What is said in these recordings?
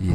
以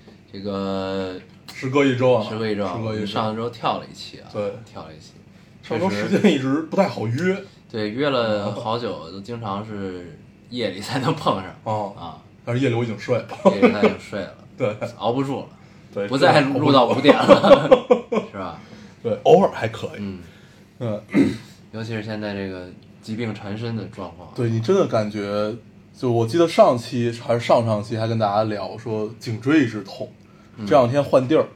这个时隔一周啊，时隔一周啊，时我隔一们周，上周跳了一期啊，对跳了一期，上周确时实间一直不太好约对约了好久，都经常是夜里才能碰上啊， 啊，但是夜里我已经睡了。 夜里他就睡了，对熬不住了，对，不再真的录到熬五不住点了， 是吧？对，偶尔还可以。嗯，嗯，尤其是现在这个疾病缠身的状况，对你真的感觉，就我记得上期还是上上期还跟大家聊说颈椎一直痛，嗯这两天换地儿，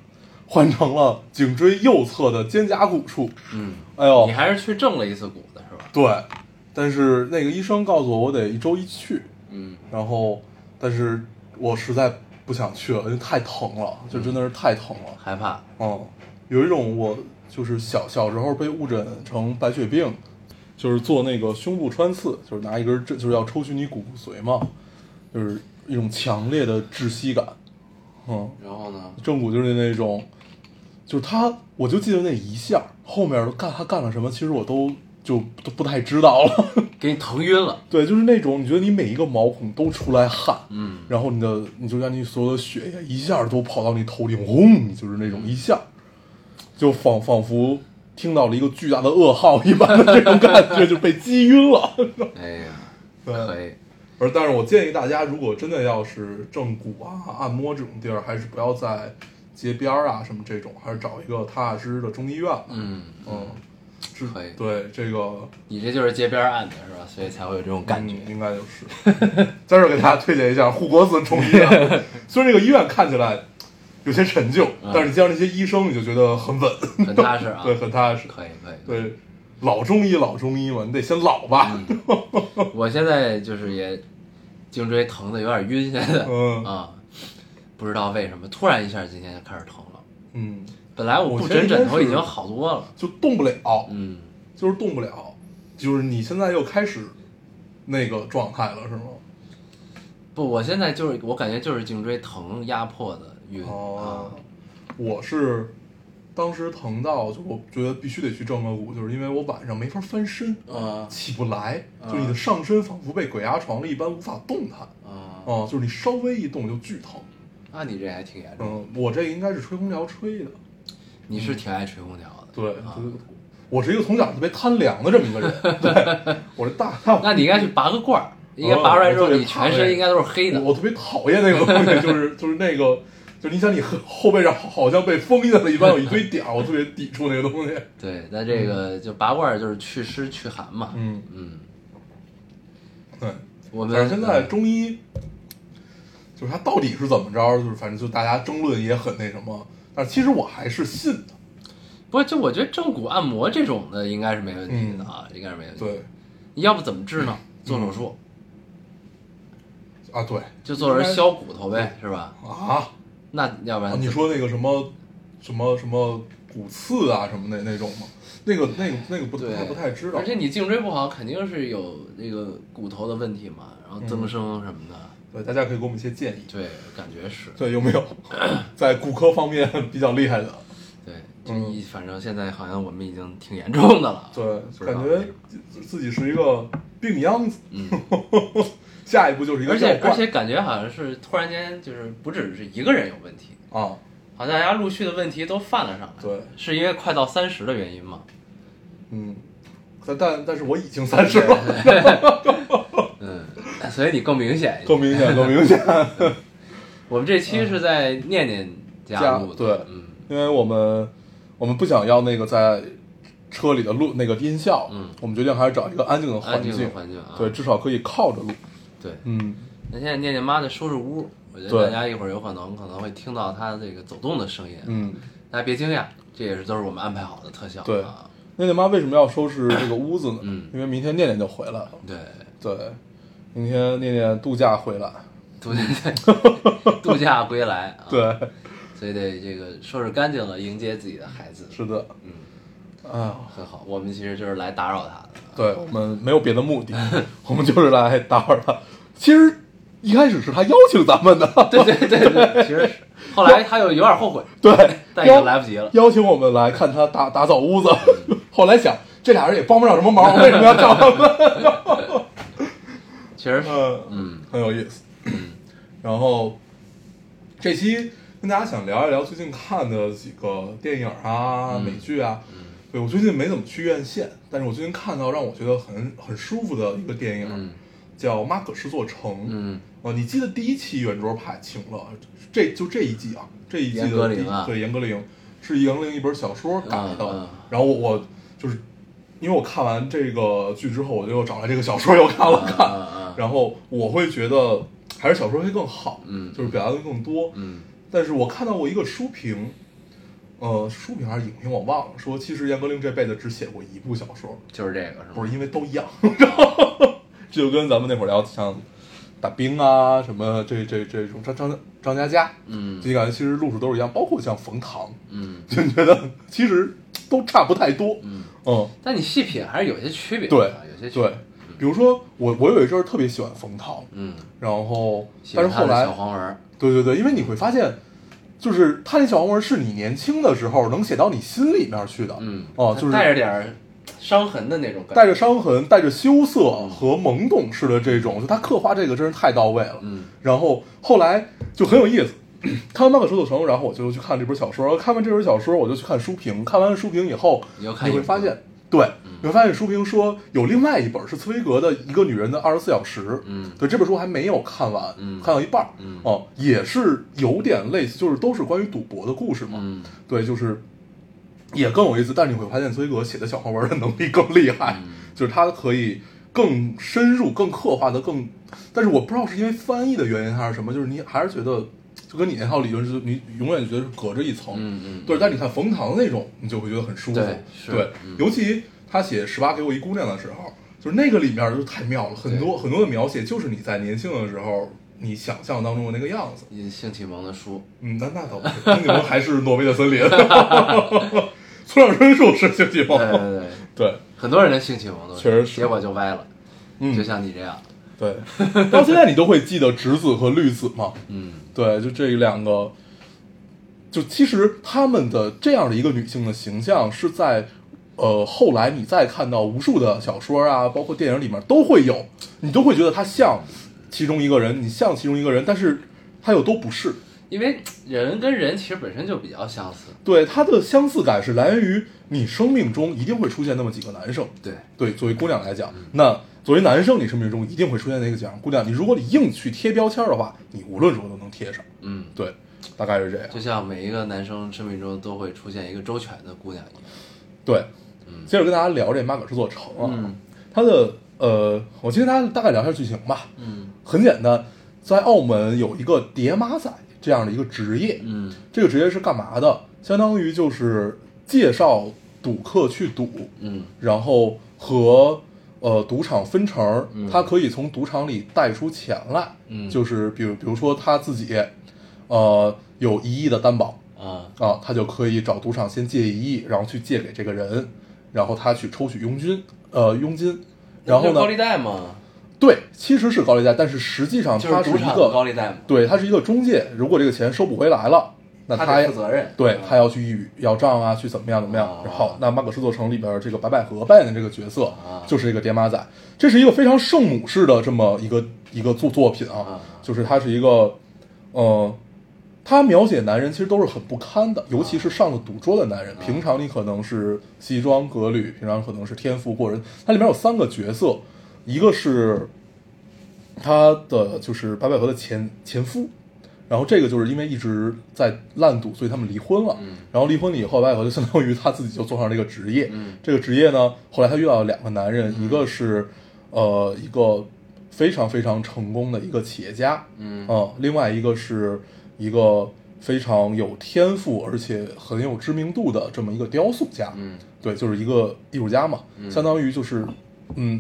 换成了颈椎右侧的肩胛骨处。嗯，哎呦你，还是去正了一次骨的是吧？对，但是那个医生告诉我，我得一周一去。嗯，然后，但是我实在不想去了，因为太疼了，就真的是太疼了。害怕，嗯，有一种我就是小小时候被误诊成白血病，就是做那个胸部穿刺，就是拿一根针，就是要抽取你骨骨髓嘛，就是一种强烈的窒息感。嗯，然后呢？正骨就是那种，就是他，我就记得那一下，后面干他干了什么，其实我都就都不太知道了。给你疼晕了，对，就是那种你觉得你每一个毛孔都出来汗，嗯，然后你的你就让你所有的血液一下都跑到你头顶，轰，就是那种一下，就仿仿佛听到了一个巨大的噩耗一般的这种感觉，就被击晕了。 哎呀，对，可以，而但是我建议大家，如果真的要是正骨啊、按摩这种地儿，还是不要在街边儿啊什么这种，还是找一个踏踏实实的中医院吧。嗯。嗯，是可以对这个你这就是街边儿按的是吧？所以才会有这种感觉。嗯应该就是。 在这儿给大家推荐一下护国寺中 医院，虽然这个医院看起来有些陈旧，但是你见到那些医生，你就觉得很稳，很踏嗯实啊嗯 对，很踏实。可以可以。对，老中医，老中医嘛，你得先老吧。嗯我现在就是也颈椎疼的有点晕，现在、嗯啊，不知道为什么突然一下今天就开始疼了。嗯，本来我不觉得枕枕头已应该经是好多了，就动不了，嗯，就是动不了，就是你现在又开始那个状态了，是吗？不，我现在就是我感觉就是颈椎疼压迫的晕、哦啊，我是当时疼到，就我觉得必须得去正个骨，就是因为我晚上没法翻身，啊起不来，啊就是你的上身仿佛被鬼压床了一般，无法动弹。啊，哦、就是你稍微一动就巨疼。那你这还挺严重的。嗯，我这应该是吹空调吹的。啊你是挺爱吹空调的，对，啊就，是我是一个从小特别贪凉的这么一个人。 对，我这大大那你应该去拔个罐儿，应该拔出来之后嗯我特别你怕全身应该都是黑的我，我特别讨厌那个东 西，就是就是那个，就是你想你后后背上好像被封印了一般，有一堆点儿，我特别抵触那个东西。对，那这个就拔罐儿就是祛湿祛寒嘛，嗯，嗯，对。我反正们嗯现在中医，就是它到底是怎么着，就是反正就大家争论也很那什么，但是其实我还是信的。不是，就我觉得正骨按摩这种的应该是没问题的啊，应该是没问题。嗯对，嗯你要不怎么治呢？做手术，啊对，就做人削骨头呗，是吧？啊，那要不然啊怎么你说那个什么什么什么骨刺啊什么那那种吗？那个那个那个不对太不太知道而。且你颈椎不好，肯定是有那个骨头的问题嘛，然后嗯增生什么的。对，大家可以给我们一些建议。对，感觉是对，有 没有在骨科方面比较厉害啊的？对，这一反正现在好像我们已经挺严重的了。嗯不，知对道感觉自自己是一个病秧子， 嗯，下一步就是一个而且吊挂而且感觉好像是突然间就是不只是一个人有问题，啊，好像大家陆续的问题都泛了上来。对，是因为快到三十的原因吗？嗯，但但但是我已经三十了。嗯，所以你更明显一更点。明显，更明显。我们这期是在念念家录的，家对嗯，因为我们我们不想要那个在车里的录那个音效，嗯我们决定还是找一个安静的安环静境，的环境啊，对，至少可以靠着录。对。嗯，那现在念念妈在收拾屋，我觉得对大家一会儿有可能可能会听到她这个走动的声音，嗯，大家别惊讶，这也是都是我们安排好的特效，对啊，念念妈为什么要收拾这个屋子呢？嗯因为明天念念就回来了。对，对，明天念念度假回来。 度度假归来啊，对，所以得这个收拾干净了，迎接自己的孩子。是的，嗯，哎呀，很好。我们其实就是来打扰他的。对我们没有别的目的， 我们就是来打扰他。其实一开始是他邀请咱们的， 对对对对， 其实是后来他又有点后悔， 对，但已经邀来不及了。邀请我们来看他打打扫屋子。 后来想，这俩人也帮不上什么 忙，我为什么要找 他们？确实是，嗯，嗯，很有意思。然后这期跟大家想聊一聊最近看的几个电影啊、嗯美剧啊。对我最近没怎么去院线，但是我最近看到让我觉得很很舒服的一个电影，嗯叫《马可仕座城》。嗯，哦，你记得第一期圆桌派请了，这就这一季啊，这一季的严歌第一苓啊对严歌苓是严歌苓一本小说改的。嗯嗯然后我我就是因为我看完这个剧之后，我就又找来这个小说又看了看，嗯嗯嗯然后我会觉得还是小说会更好，嗯就是表达的更多。嗯但是我看到过一个书评，呃，书评还是影评我忘了，说其实严歌苓这辈子只写过一部小说，就是这个是吗？不是因为都一样，这就跟咱们那会儿聊像打兵啊什么这这这种张张张嘉佳，嗯就感觉其实路数都是一样，包括像冯唐，嗯就觉得其实都差不太多。嗯，嗯，但你细品还是有些区别的，啊对有些区别对。，比如说我我有一阵儿特别喜欢冯唐，嗯，然后喜但欢他是后的来小黄文儿，对对对，因为你会发现，就是他那小黄文是你年轻的时候能写到你心里面去的，嗯，哦、他就是带着点儿伤痕的那种感觉，带着伤痕、带着羞涩和懵懂式的这种，就他刻画这个真是太到位了。嗯然后后来就很有意思，看完《马可说的城》，然后我就去看这本小说，看完这本小说我就去看书评，看完书评以后，你你又看会影发评现，对，嗯你会发现书评说有另外一本是茨威格的《一个女人的二十四小时》，嗯对，这本书我还没有看完，嗯看到一半儿，嗯哦、也是有点类似，就是都是关于赌博的故事嘛，嗯对，就是也更有意思。但是你会发现，崔格写的小黄文的能力更厉害，嗯就是他可以更深入、更刻画的更。但是我不知道是因为翻译的原因还是什么，就是你还是觉得就跟你那套理论是，你永远觉得是隔着一层。嗯嗯，对，但你看冯唐那种，你就会觉得很舒服。对是对嗯尤其他写《十八给我一姑娘》的时候，就是那个里面就太妙了，很多很多的描写就是你在年轻的时候你想象当中的那个样子。引性启蒙的 书，嗯，那那倒不是，那你们还是挪威的森林。 村上春树是星际对猫，对对，对很多人的性启蒙都确实是结果就歪了，嗯就像你这样，对，到现在你都会记得侄子和绿子嘛？嗯对，就这两个，就其实他们的这样的一个女性的形象是在。呃，后来你再看到无数的小说啊，包括电影里面都会有，你都会觉得她像其中一个人，你像其中一个人，但是她又都不是。因为人跟人其实本身就比较相似，对，她的相似感是来源于你生命中一定会出现那么几个男生，对，对，作为姑娘来讲，嗯那作为男生，你生命中一定会出现那个讲姑娘。你如果你硬去贴标签的话，你无论如何都能贴上。嗯。对，大概是这样。就像每一个男生生命中都会出现一个周全的姑娘一样，对，接着跟大家聊这马可是座城啊，嗯它的呃，我先跟大家大概聊一下剧情吧。嗯很简单，在澳门有一个叠马仔这样的一个职业，嗯这个职业是干嘛的？相当于就是介绍赌客去赌，嗯然后和呃赌场分成儿嗯，他可以从赌场里贷出钱来，嗯就是比如比如说他自己，呃有一亿的担保啊啊，他就可以找赌场先借一亿，然后去借给这个人，然后他去抽取佣金，呃佣金，然后那不就呢高利贷嘛，对，其实是高利贷，但是实际上就它是嗯是赌一场的高个利贷嘛，对，它是一个中介，如果这个钱收不回来了，那他他得负责任，对他要要去与要账啊，去怎么样怎么样啊。然后那马可仕座城里边这个白百合扮演的这个角色啊，就是一个爹妈仔，这是一个非常圣母式的这么一个一个作作品啊啊，就是他是一个，呃，他描写男人其实都是很不堪的，尤其是上了赌桌的男人。平常你可能是西装革履，平常可能是天赋过人。它里面有三个角色，一个是他的就是白百合的前前夫，然后这个就是因为一直在烂赌，所以他们离婚了。嗯然后离婚了以后，白百合就相当于她自己就做上这个职业。嗯这个职业呢，后来她遇到了两个男人，一个是呃一个非常非常成功的一个企业家，嗯啊另外一个是一个非常有天赋而且很有知名度的这么一个雕塑家。嗯对，就是一个艺术家嘛，相当于就是嗯，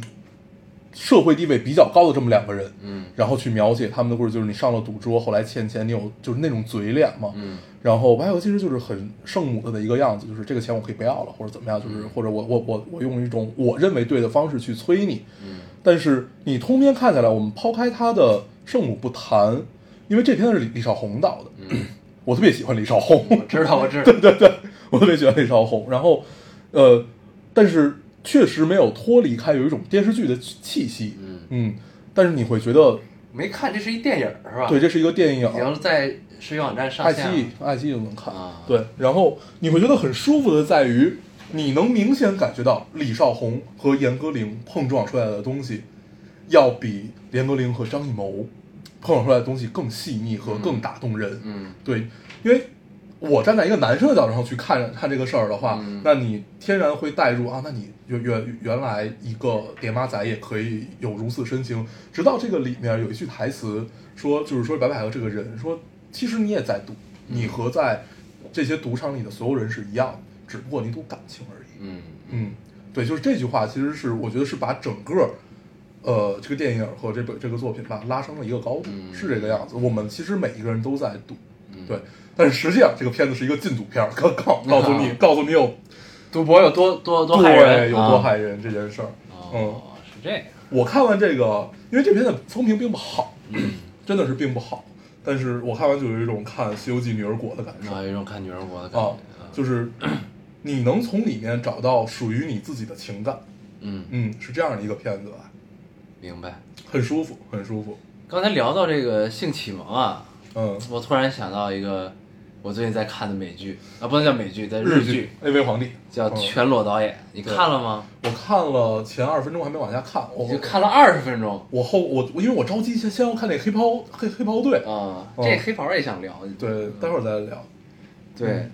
社会地位比较高的这么两个人，嗯然后去描写他们的故事，就是你上了赌桌，后来欠钱，你有就是那种嘴脸嘛，嗯然后白有其实就是很圣母的一个样子，就是这个钱我可以不要了，或者怎么样，嗯就是或者我我我我用一种我认为对的方式去催你，嗯但是你通篇看下来，我们抛开他的圣母不谈，因为这篇是李李少红导的，嗯， 我特别喜欢李少红，我知道我知道， 对对，我特别喜欢李少红。然后，呃，但是确实没有脱离开有一种电视剧的气息，嗯但是你会觉得，没看这是一电影儿是吧？对，这是一个电已影，经在视频网站上爱奇线艺了。爱奇艺就能看，啊对。然后你会觉得很舒服的在于，你能明显感觉到李少红和严歌苓碰撞出来的东西，要比严歌苓和张艺谋碰撞出来的东西更细腻和更打动人，嗯对，因为我站在一个男生的角度上去看看这个事儿的话，嗯那你天然会带入啊，那你原原原来一个爹妈仔也可以有如此深情。直到这个里面有一句台词说，就是说白百合这个人说，其实你也在赌，你和在这些赌场里的所有人是一样的，只不过你赌感情而已。嗯嗯，对，就是这句话，其实是我觉得是把整个，呃，这个电影和这本这个作品吧拉升了一个高度，嗯是这个样子。我们其实每一个人都在赌，嗯对，但是实际上这个片子是一个禁赌片儿，告告告诉你，告诉你有赌博有多啊多多对害人，有多害人这件事儿。啊。嗯，哦，是这样。我看完这个，因为这片的风评并不好，嗯真的是并不好，但是我看完就有一种看《西游记女儿国》的感受。啊，有一种看女人国的感啊觉。，就是你能从里面找到属于你自己的情感，嗯，嗯，是这样的一个片子吧，明白。很舒服，很舒服，刚才聊到这个性启蒙啊，嗯，我突然想到一个我最近在看的美剧啊，不能叫美剧，在日剧剧《A V 皇帝》叫《嗯全裸导演》，你对看了吗？我看了前二十分钟还没往下看，我你就看了二十分钟我后我因为我着急先先要看那黑袍黑黑袍队，啊，嗯这黑袍也想聊。对，待会儿再聊，对，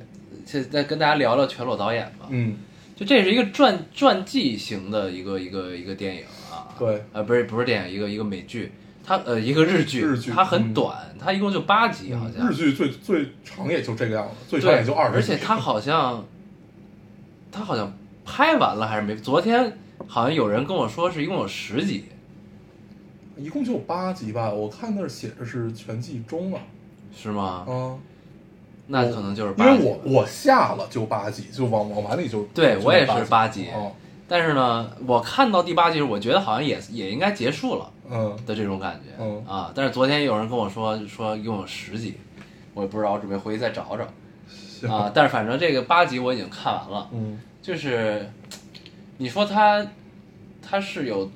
现在跟大家聊聊《全裸导演》吧。嗯，就这是一个传传记型的一个一个一个电影啊，对呃，不是不是电影，一个一个美剧，它呃一个日剧，日剧它嗯很短，它一共就八集好像，日剧最最长也就这个样子，最长对，也就二十，而且它好像，它好像拍完了还是没？昨天好像有人跟我说是一共有十集，一共就八集吧，我看那儿写着是全季中啊了，是吗？啊，那可能就是因八为集我吧。我下了就八集，就往往完里就对就我也是集八集哦但是呢，我看到第八集时，我觉得好像也也应该结束了嗯，的这种感觉、嗯啊。但是昨天有人跟我说说一共有十集，我也不知道，我准备回去再找找行，啊。但是反正这个八集我已经看完了，嗯。就是你说他他是有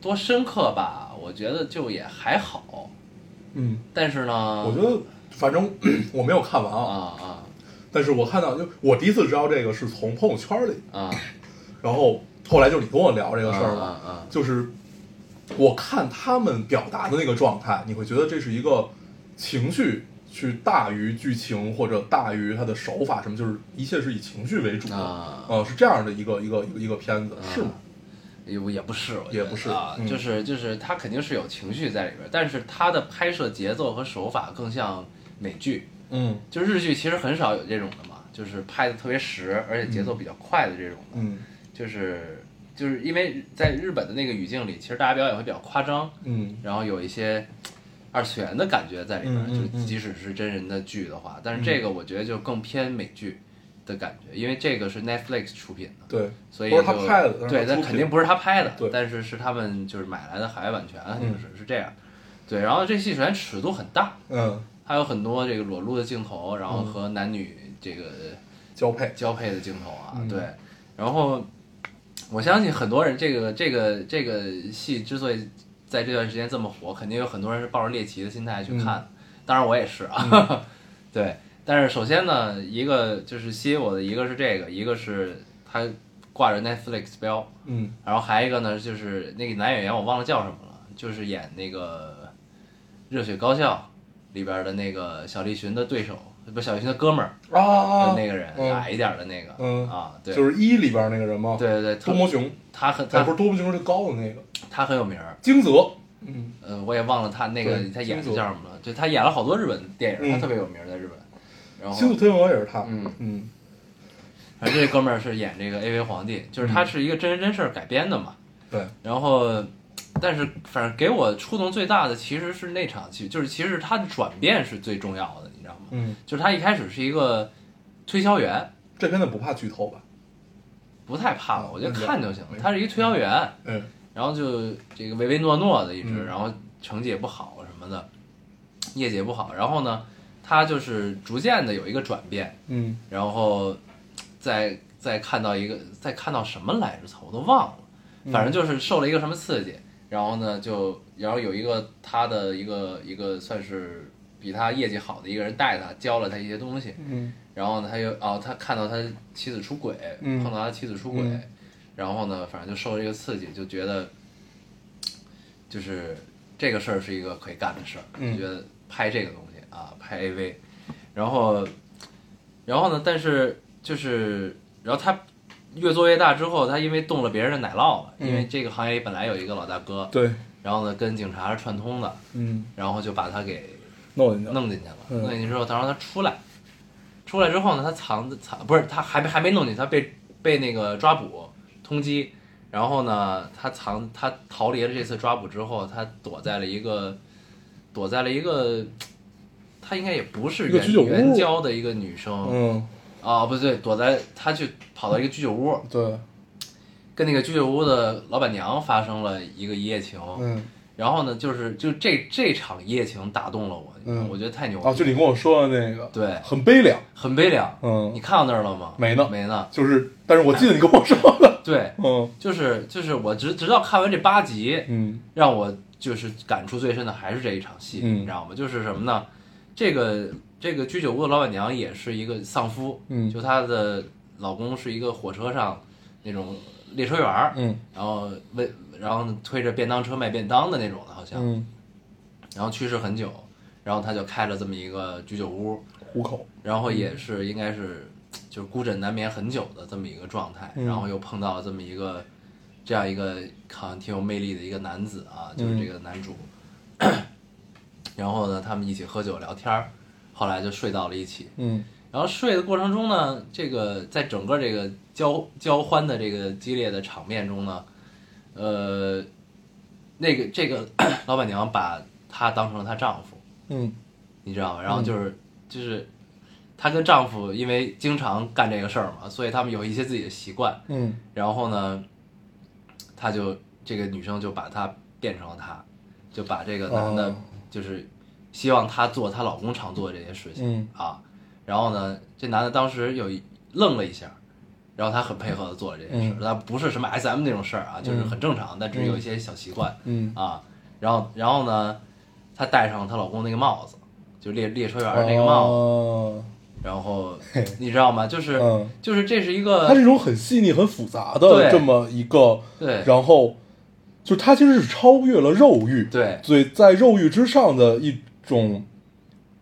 多深刻吧？我觉得就也还好，嗯，但是呢，我觉得反正 我没有看完啊啊，啊但是我看到就我第一次知道这个是从朋友圈里，啊然后后来就是你跟我聊这个啊事儿啊嘛，啊！就是我看他们表达的那个状态，你会觉得这是一个情绪去大于剧情或者大于它的手法什么，就是一切是以情绪为主的，啊呃，是这样的一个一个一个一个片子，是吗？也不也不是，我觉得也不是啊，嗯就是就是他肯定是有情绪在里边儿，但是他的拍摄节奏和手法更像美剧，嗯就日剧其实很少有这种的嘛，就是拍的特别实，而且节奏比较快的这种的，嗯就是就是因为在日本的那个语境里，其实大家表演会比较夸张，嗯然后有一些二次元的感觉在里边儿，嗯嗯就即使是真人的剧的话，但是这个我觉得就更偏美剧的感觉，因为这个是 Netflix 出品的，对，所以不是他就拍的但是对，他出但品肯定不是他拍的，对但是是他们就是买来的海外版权，肯定是、是这样。对，然后这戏首先尺度很大，嗯，它有很多这个裸露的镜头，然后和男女这个交配，交配的镜头啊，嗯对，然后我相信很多人这个这个这个戏之所以在这段时间这么火，肯定有很多人是抱着猎奇的心态去看，的。当然我也是啊， 对。但是首先呢，一个就是吸引我的，一个是这个，一个是它挂着 Netflix 标，嗯然后还有一个呢就是那个男演员我忘了叫什么了，就是演那个《热血高校》里边的那个小栗旬的对手，不小栗旬的哥们儿，的，啊那个人，嗯矮一点的那个，嗯啊，对，就是一里边那个人嘛，对对对，特多毛熊，他很哎，他不是多毛熊是高的那个他很有名儿，惊泽，嗯呃，我也忘了他那个对他演金的锁叫什么了，就他演了好多日本电影，嗯他特别有名儿在日本，然，星后宿天王也是他，嗯嗯反正这嗯哥们儿是演这个 AV 皇帝，就是他是一个真人真事儿改编的嘛，对，然后但是反正给我触动最大的其实是那场戏，就是其实他的转变是最重要的，你知道吗？嗯，就是他一开始是一个推销员，这片子不怕剧透吧？不太怕了，我觉得嗯看就行了嗯。他是一个推销员，嗯然后就这个唯唯诺诺的一直，嗯然后成绩也不好什么的，业绩也不好。然后呢，他就是逐渐的有一个转变，嗯然后再再看到一个，再看到什么来着？操，我都忘了。反正就是受了一个什么刺激，然后呢，就然后有一个他的一个一个算是比他业绩好的一个人带他，教了他一些东西，嗯然后呢，他又哦，他看到他妻子出轨，嗯碰到他妻子出轨，嗯然后呢，反正就受这个刺激，就觉得就是这个事儿是一个可以干的事儿，嗯就觉得拍这个东西啊，拍 AV，然后然后呢，但是就是然后他越做越大之后，他因为动了别人的奶酪嘛，嗯因为这个行业本来有一个老大哥，对，然后呢跟警察是串通的，嗯，然后就把他给弄进去了，弄进去了，嗯弄进去之后，他让他出来，出来之后呢，他藏藏不是他还没还没弄进去，他被被那个抓捕通缉，然后呢，他藏他逃离了这次抓捕之后，他躲在了一个躲在了一个，他应该也不是一个原居酒屋原交的一个女生啊、嗯，不对，躲在他去跑到一个居酒屋，对，跟那个居酒屋的老板娘发生了一个一夜情，嗯，然后呢，就是就这这场一夜情打动了我，嗯我觉得太牛了。哦，就你跟我说的那个，对很悲凉，很悲凉。嗯你看到那儿了吗？没呢没呢。就是，但是我记得你跟我说 的，对，嗯就是就是我直直到看完这八集，嗯让我就是感触最深的还是这一场戏，嗯你知道吗？就是什么呢？这个这个居酒屋的老板娘也是一个丧夫，嗯就她的老公是一个火车上那种列车员儿，嗯然后为然后推着便当车卖便当的那种的，好像，嗯，然后去世很久，然后他就开了这么一个居酒屋，虎口，然后也是应该是就是孤枕难眠很久的这么一个状态，嗯然后又碰到了这么一个这样一个好像挺有魅力的一个男子啊，就是这个男主。 然后呢，他们一起喝酒聊天儿，后来就睡到了一起。嗯然后睡的过程中呢，这个在整个这个交交欢的这个激烈的场面中呢，呃，那个这个 老板娘把他当成了她丈夫，嗯你知道吗？然后就是、就是，她跟丈夫因为经常干这个事儿嘛，所以他们有一些自己的习惯。嗯然后呢，她就这个女生就把她变成了她，就把这个男的哦，就是希望她做她老公常做的这些事情、嗯啊。然后呢，这男的当时有一愣了一下。然后他很配合的做了这件事嗯，他、不是什么 S M 那种事儿啊，就是很正常，但只是有一些小习惯。嗯，啊，然后然后呢，她戴上她老公那个帽子，就列列车员儿那个帽哦子，子，然后嘿你知道吗？就是、嗯就是这是一它是个一种很细腻、很复杂的对这么一个，对然后就它其实是超越了肉欲，对所以在肉欲之上的一种，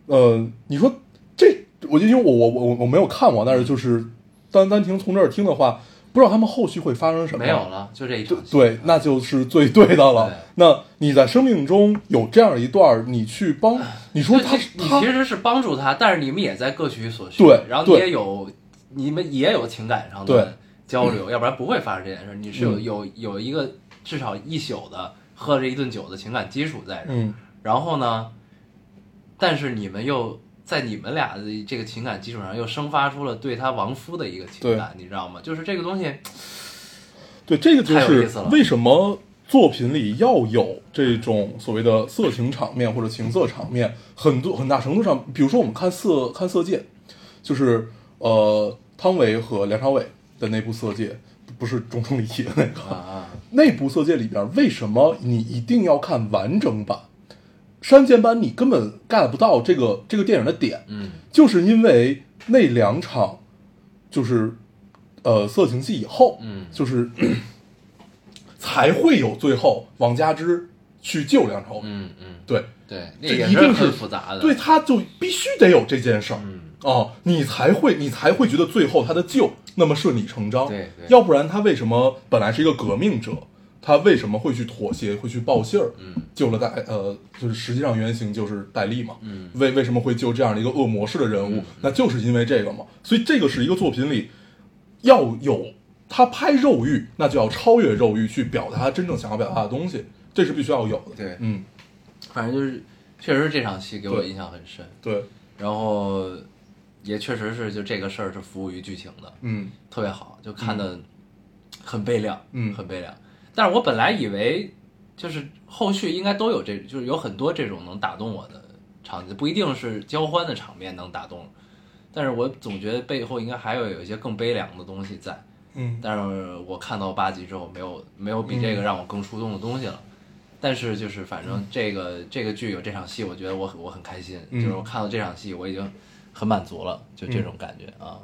呃，你说这，我就因为我我我我没有看过，但是就是单单听从这儿听的话，不知道他们后续会发生什么，没有了，就这一对场戏。啊对，那就是最对的了对。那你在生命中有这样一段儿，你去帮，你就说他其是你他其实是帮助他，但是你们也在各取所需，对然后你对也有你们也有情感上对的交流，要不然不会发生这件事儿。你是有、嗯有有一个至少一宿的喝着一顿酒的情感基础在这儿，嗯然后呢，但是你们又在你们俩的这个情感基础上，又生发出了对他亡夫的一个情感，你知道吗？就是这个东西，对，这个就太有意是思了为什么作品里要有这种所谓的色情场面或者情色场面，很多很大程度上，比如说我们看色看《色戒》，就是呃汤唯和梁朝伟的那部《色戒》，不是钟楚礼的那个， 啊，那部《色戒》里边，为什么你一定要看完整版？删减版你根本 get 不到这个这个电影的点，嗯，就是因为那两场就是呃色情戏以后，嗯就是 咳才会有最后王佳芝去救梁朝伟，嗯嗯，对，对，那这也一定很是复杂的，对，他就必须得有这件事儿，嗯，哦，你才会你才会觉得最后他的救那么顺理成章，对对要不然他为什么本来是一个革命者，他为什么会去妥协，会去报信儿，嗯，救了戴呃，就是实际上原型就是戴笠嘛，嗯，为为什么会救这样的一个恶魔式的人物，那就是因为这个嘛，所以这个是一个作品里要有他拍肉欲，那就要超越肉欲去表达他真正想要表达的东西，这是必须要有的。对嗯，反正就是确实是这场戏给我对印象很深，对，然后也确实是就这个事儿是服务于剧情的，嗯特别好，就看的很悲凉，嗯很悲凉。但是我本来以为就是后续应该都有这，就是有很多这种能打动我的场景，不一定是交欢的场面能打动，但是我总觉得背后应该还有有一些更悲凉的东西在。嗯但是我看到八集之后，没有没有比这个让我更触动的东西了。但是就是反正这个、这个剧有这场戏，我觉得我很我很开心，嗯就是我看到这场戏我已经很满足了，就这种感觉啊。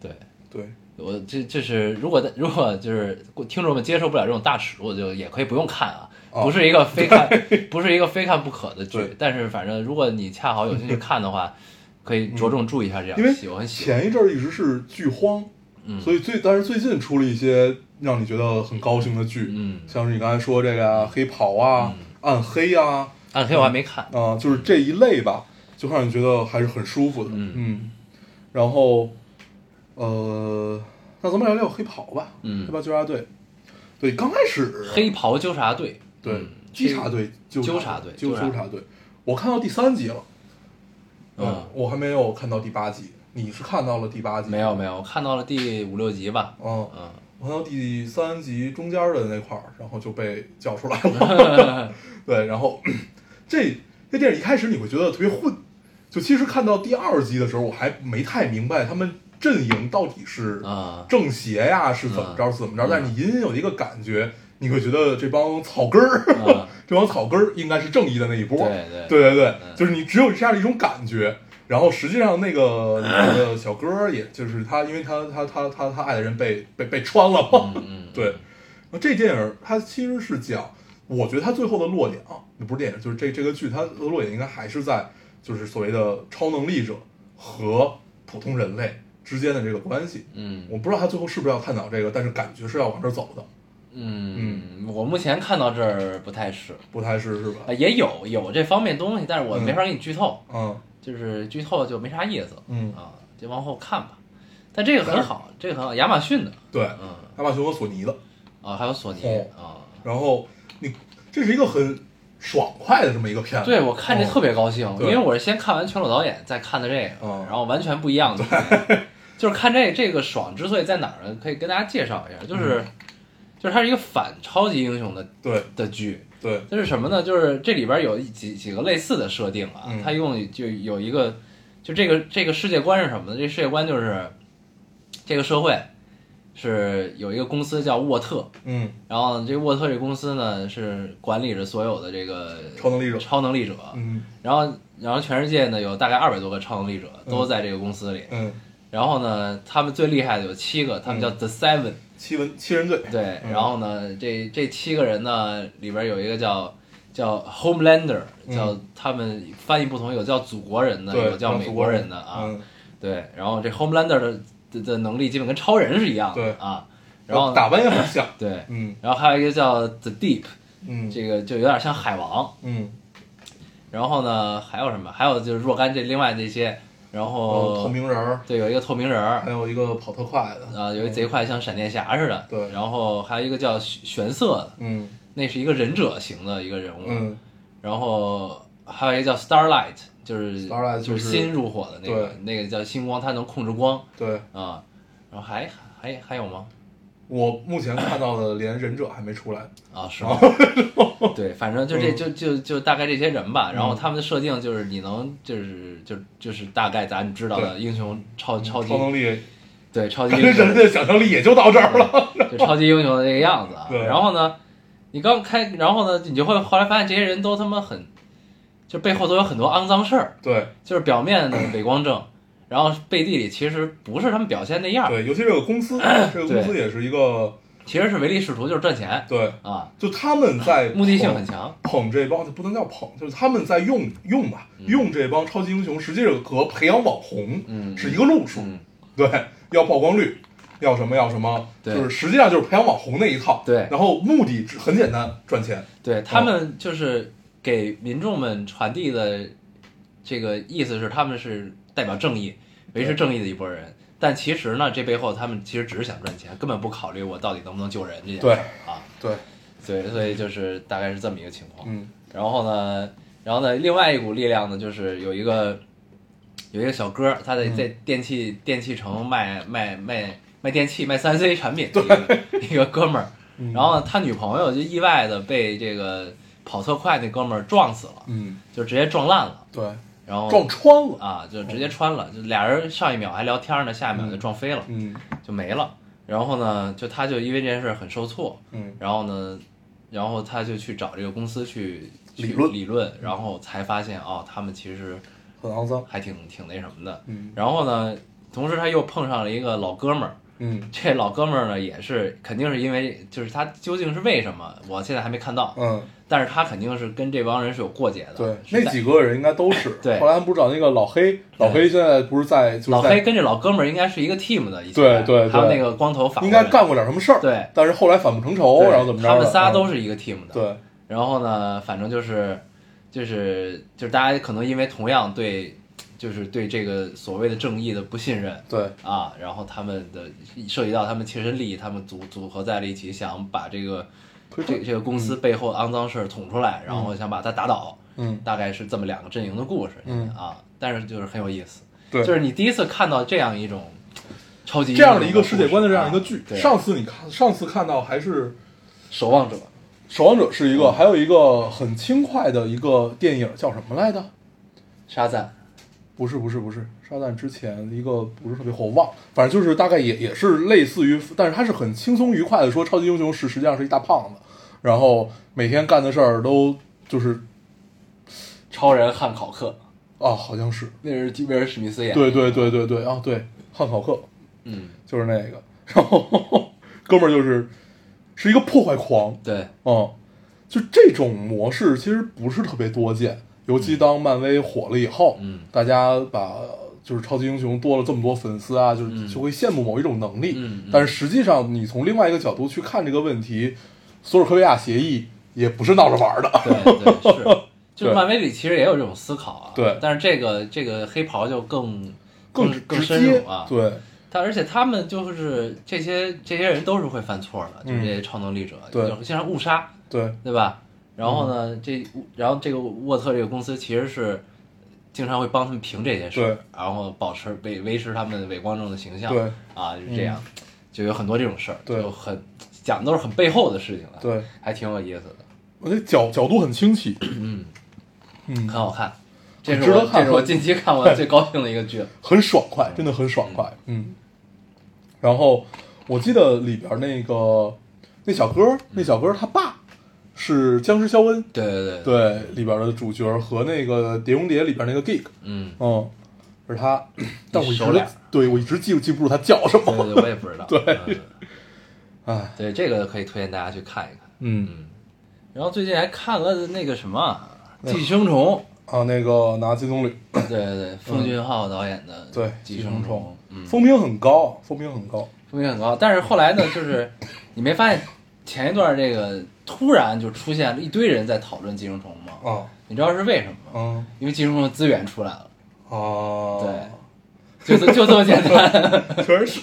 对对，我这这是如果如果就是听众们接受不了这种大尺度，就也可以不用看啊。哦不 是一个非看，不是一个非看不可的剧对，但是反正如果你恰好有兴趣看的话，可以着重注意一下这嗯因场为戏，我很喜欢。前一阵儿一直是剧荒，嗯所以最但是最近出了一些让你觉得很高兴的剧，嗯像是你刚才说这个呀、黑袍啊、暗黑呀、啊，暗黑我还没看，就是这一类吧，就让你觉得还是很舒服的。嗯嗯然后呃，那咱们聊聊黑袍吧，嗯黑袍纠察队，对，刚开始黑袍纠察队，对嗯稽查队、纠纠察察队纠纠察纠察队，我看到第三集了，嗯，我还没有看到第八集，你是看到了第八集没有没有，我看到了第五六集吧，嗯，嗯，我看到第三集中间的那块儿，然后就被叫出来 了。对，然后这这电影一开始你会觉得特别混，就其实看到第二集的时候，我还没太明白他们阵营到底是啊正邪呀，是怎么着，嗯是怎么着。但是你隐隐有一个感觉，你会觉得这帮草根儿，嗯 这帮草根儿应该是正义的那一波。对对对对对嗯就是你只有这样的一种感觉。然后实际上那个那个小哥儿，也就是他，因为他他他他他爱的人被被被穿了嘛。嗯对，那这电影它其实是讲，我觉得它最后的落点啊，不是电影，就是这这个剧它的落点应该还是在就是所谓的超能力者和普通人类之间的这个关系。嗯我不知道他最后是不是要探讨这个，但是感觉是要往这儿走的，嗯，我目前看到这儿不太是，不太是是吧啊，？也有有这方面东西，但是我嗯没法给你剧透，嗯就是剧透就没啥意思，嗯啊，就往后看吧。但这个很好，这个很好，亚马逊的，对，嗯阿巴熊和索尼的，啊，还有索尼啊，然后你这是一个很爽快的这么一个片子，嗯对我看这特别、别高兴，因对为我是先看完全裸导演，再看的这个，嗯然后完全不一样的体验，就是看这这个爽之所以在哪儿呢？可以跟大家介绍一下，就是、就是它是一个反超级英雄的对的剧，对，这是什么呢？就是这里边有几几个类似的设定啊，嗯它一共就有一个，就这个这个世界观是什么呢？这世界观就是这个社会是有一个公司叫沃特，嗯然后这沃特这公司呢是管理着所有的这个超能力者超能力者，嗯然后然后全世界呢有大概二百多个超能力者都在这个公司里，嗯，然后呢他们最厉害的有七个，他们叫 The Seven，、七文七人队，对，嗯然后呢这这七个人呢里边有一个叫叫 Homelander，嗯叫、他们翻译不同，有叫祖国人的，对，有叫美国人的啊，嗯、对，然后这 Homelander 的的的能力基本跟超人是一样的对啊，然后呢打扮也很像，对， 嗯然后还有一个叫 The Deep。嗯这个就有点像海王。嗯，然后呢，还有什么？还有就是若干这另外这些，然后、哦透明人儿，对，有一个透明人儿还，有一个跑特快的，呃，有一贼快像闪电侠似的，嗯对然后还有一个叫玄色的，嗯那是一个忍者型的一个人物。嗯，然后还有一个叫 Starlight，就是、 Starlight 就就是新入伙的那个对，那个叫星光，它能控制光对啊、然后还还还有吗？我目前看到的连忍者还没出来，啊，是吗？哦对，反正就嗯这就就就大概这些人吧。然后他们的设定就是你能就是就就是大概咱们知道的英雄超超级嗯超能力，对超级感英觉人雄的想象力也就到这儿了，就超级英雄的这个样子啊。对然后呢，你刚开，然后呢，你就会后来发现这些人都他妈很，就背后都有很多肮脏事儿，对就是表面的伪光正，然后背地里其实不是他们表现那样儿，对，尤其这个公司，嗯这个公司也是一个其实是唯利是图，就是赚钱对，啊，就他们在目的性捧很强。捧这帮，就不能叫捧，就是他们在用用吧，用这帮超级英雄，实际上和培养网红嗯是一个路数，嗯对，要曝光率，要什么要什么，对就是实际上就是培养网红那哦一套，对然后目的只很简单，赚钱，对他们就是给民众们传递的这个意思是，他们是代表正义、维持正义的一拨人。但其实呢，这背后他们其实只是想赚钱，根本不考虑我到底能不能救人这件事对儿啊。对，对，所以就是大概是这么一个情况。嗯然后呢，然后呢，另外一股力量呢，就是有一个有一个小哥，他在嗯在电器、电器城卖卖卖卖电器卖三 C 产品的一个一个 哥们儿，嗯然后呢，他女朋友就意外的被这个跑特快那哥们儿撞死了，嗯，就直接撞烂了，对，然后撞穿了，啊，就直接穿了，就俩人上一秒还聊天呢，下一秒就撞飞了，嗯就没了。然后呢，就他就因为这件事很受挫，嗯然后呢，然后他就去找这个公司去去理论理论，然后才发现哦，他们其实很肮脏，还挺挺那什么的。嗯然后呢，同时他又碰上了一个老哥们儿，嗯这老哥们儿呢也是肯定是因为就是他究竟是为什么，我现在还没看到，嗯，但是他肯定是跟这帮人是有过节的。对，是那在几个人应该都是，对后来咱不是找那个老黑，老黑现在不是在就是老黑在跟这老哥们儿应该是一个 team 的，以前对对他们对那个光头法国应该人干过点什么事儿，对，但是后来反目成仇，对然后怎么着的，他们仨都嗯是一个 team 的，对，然后呢，反正就是就是就是大家可能因为同样对就是对这个所谓的正义的不信任对，啊，然后他们的涉及到他们切身利益，他们组组合在了一起，想把这个推这推，这个公司背后肮脏事儿捅出来，然后想把它打倒，嗯，大概是这么两个阵营的故事，嗯啊，但是就是很有意思，对，就是你第一次看到这样一种超级这样的一英雄个故世界观的这样一个啊剧。对上次你看，上次看到还是守望者《守望者》是一个，还有一个很轻快的一个电影叫什么来着？沙赞，不是不是不是，沙赞之前一个不是特别火，我忘，了，反正就是大概也也是类似于，但是他是很轻松愉快的说，超级英雄是实际上是一大胖子，然后每天干的事儿都就是超人汉考克，啊，好像是，那是基维尔史密斯演的，对对对对对啊，对，汉考克嗯，就是那个，然后 哥们儿就是是一个破坏狂，对。嗯，就这种模式其实不是特别多见，尤其当漫威火了以后，嗯大家把就是超级英雄多了这么多粉丝啊，就是、嗯就会羡慕某一种能力，嗯嗯但是实际上你从另外一个角度去看这个问题，索尔科维亚协议也不是闹着玩儿的，对对 是，就是对漫威里其实也有这种思考啊。对但是这个这个黑袍就更更直深接入啊。，对，但而且他们就是这些这些人都是会犯错的，就是嗯这些超能力者，对嗯有经常误杀，对，对吧？然后呢，这然后这个沃特这个公司其实是经常会帮他们评这些事儿对，然后保持维维持他们伪光正的形象，对嗯啊，就是这样，就有很多这种事儿，对就很讲的都是很背后的事情了，对，还挺有意 思的。我觉得角角度很清晰，嗯，嗯很，好看，这是值得我看这是我近期看过最高兴的一个剧了。很爽快，真的很爽快，嗯。然后我记得里边那个那小哥，那小哥他爸是僵尸肖恩， 对对对，对里边的主角和那个《碟中谍》里边那个 Geek，嗯，嗯，是 他，但我一直熟脸儿对我一直记记不住他叫什对 么，对对，我也不知道。对嗯哎，对，这个可以推荐大家去看一看。嗯然后最近还看了那个什么《寄生虫啊，那个拿金棕榈，》， 对对对，奉俊昊导演的对《寄寄生生虫虫》，嗯，风评很高，风评很高，风评很高。但是后来呢，就是你没发现前一段这个突然就出现了一堆人在讨论《寄生虫》吗？啊，你知道是为什么吗？嗯因为《寄生虫》的资源出来了，哦啊，就这就这么简 单。对， 确实是。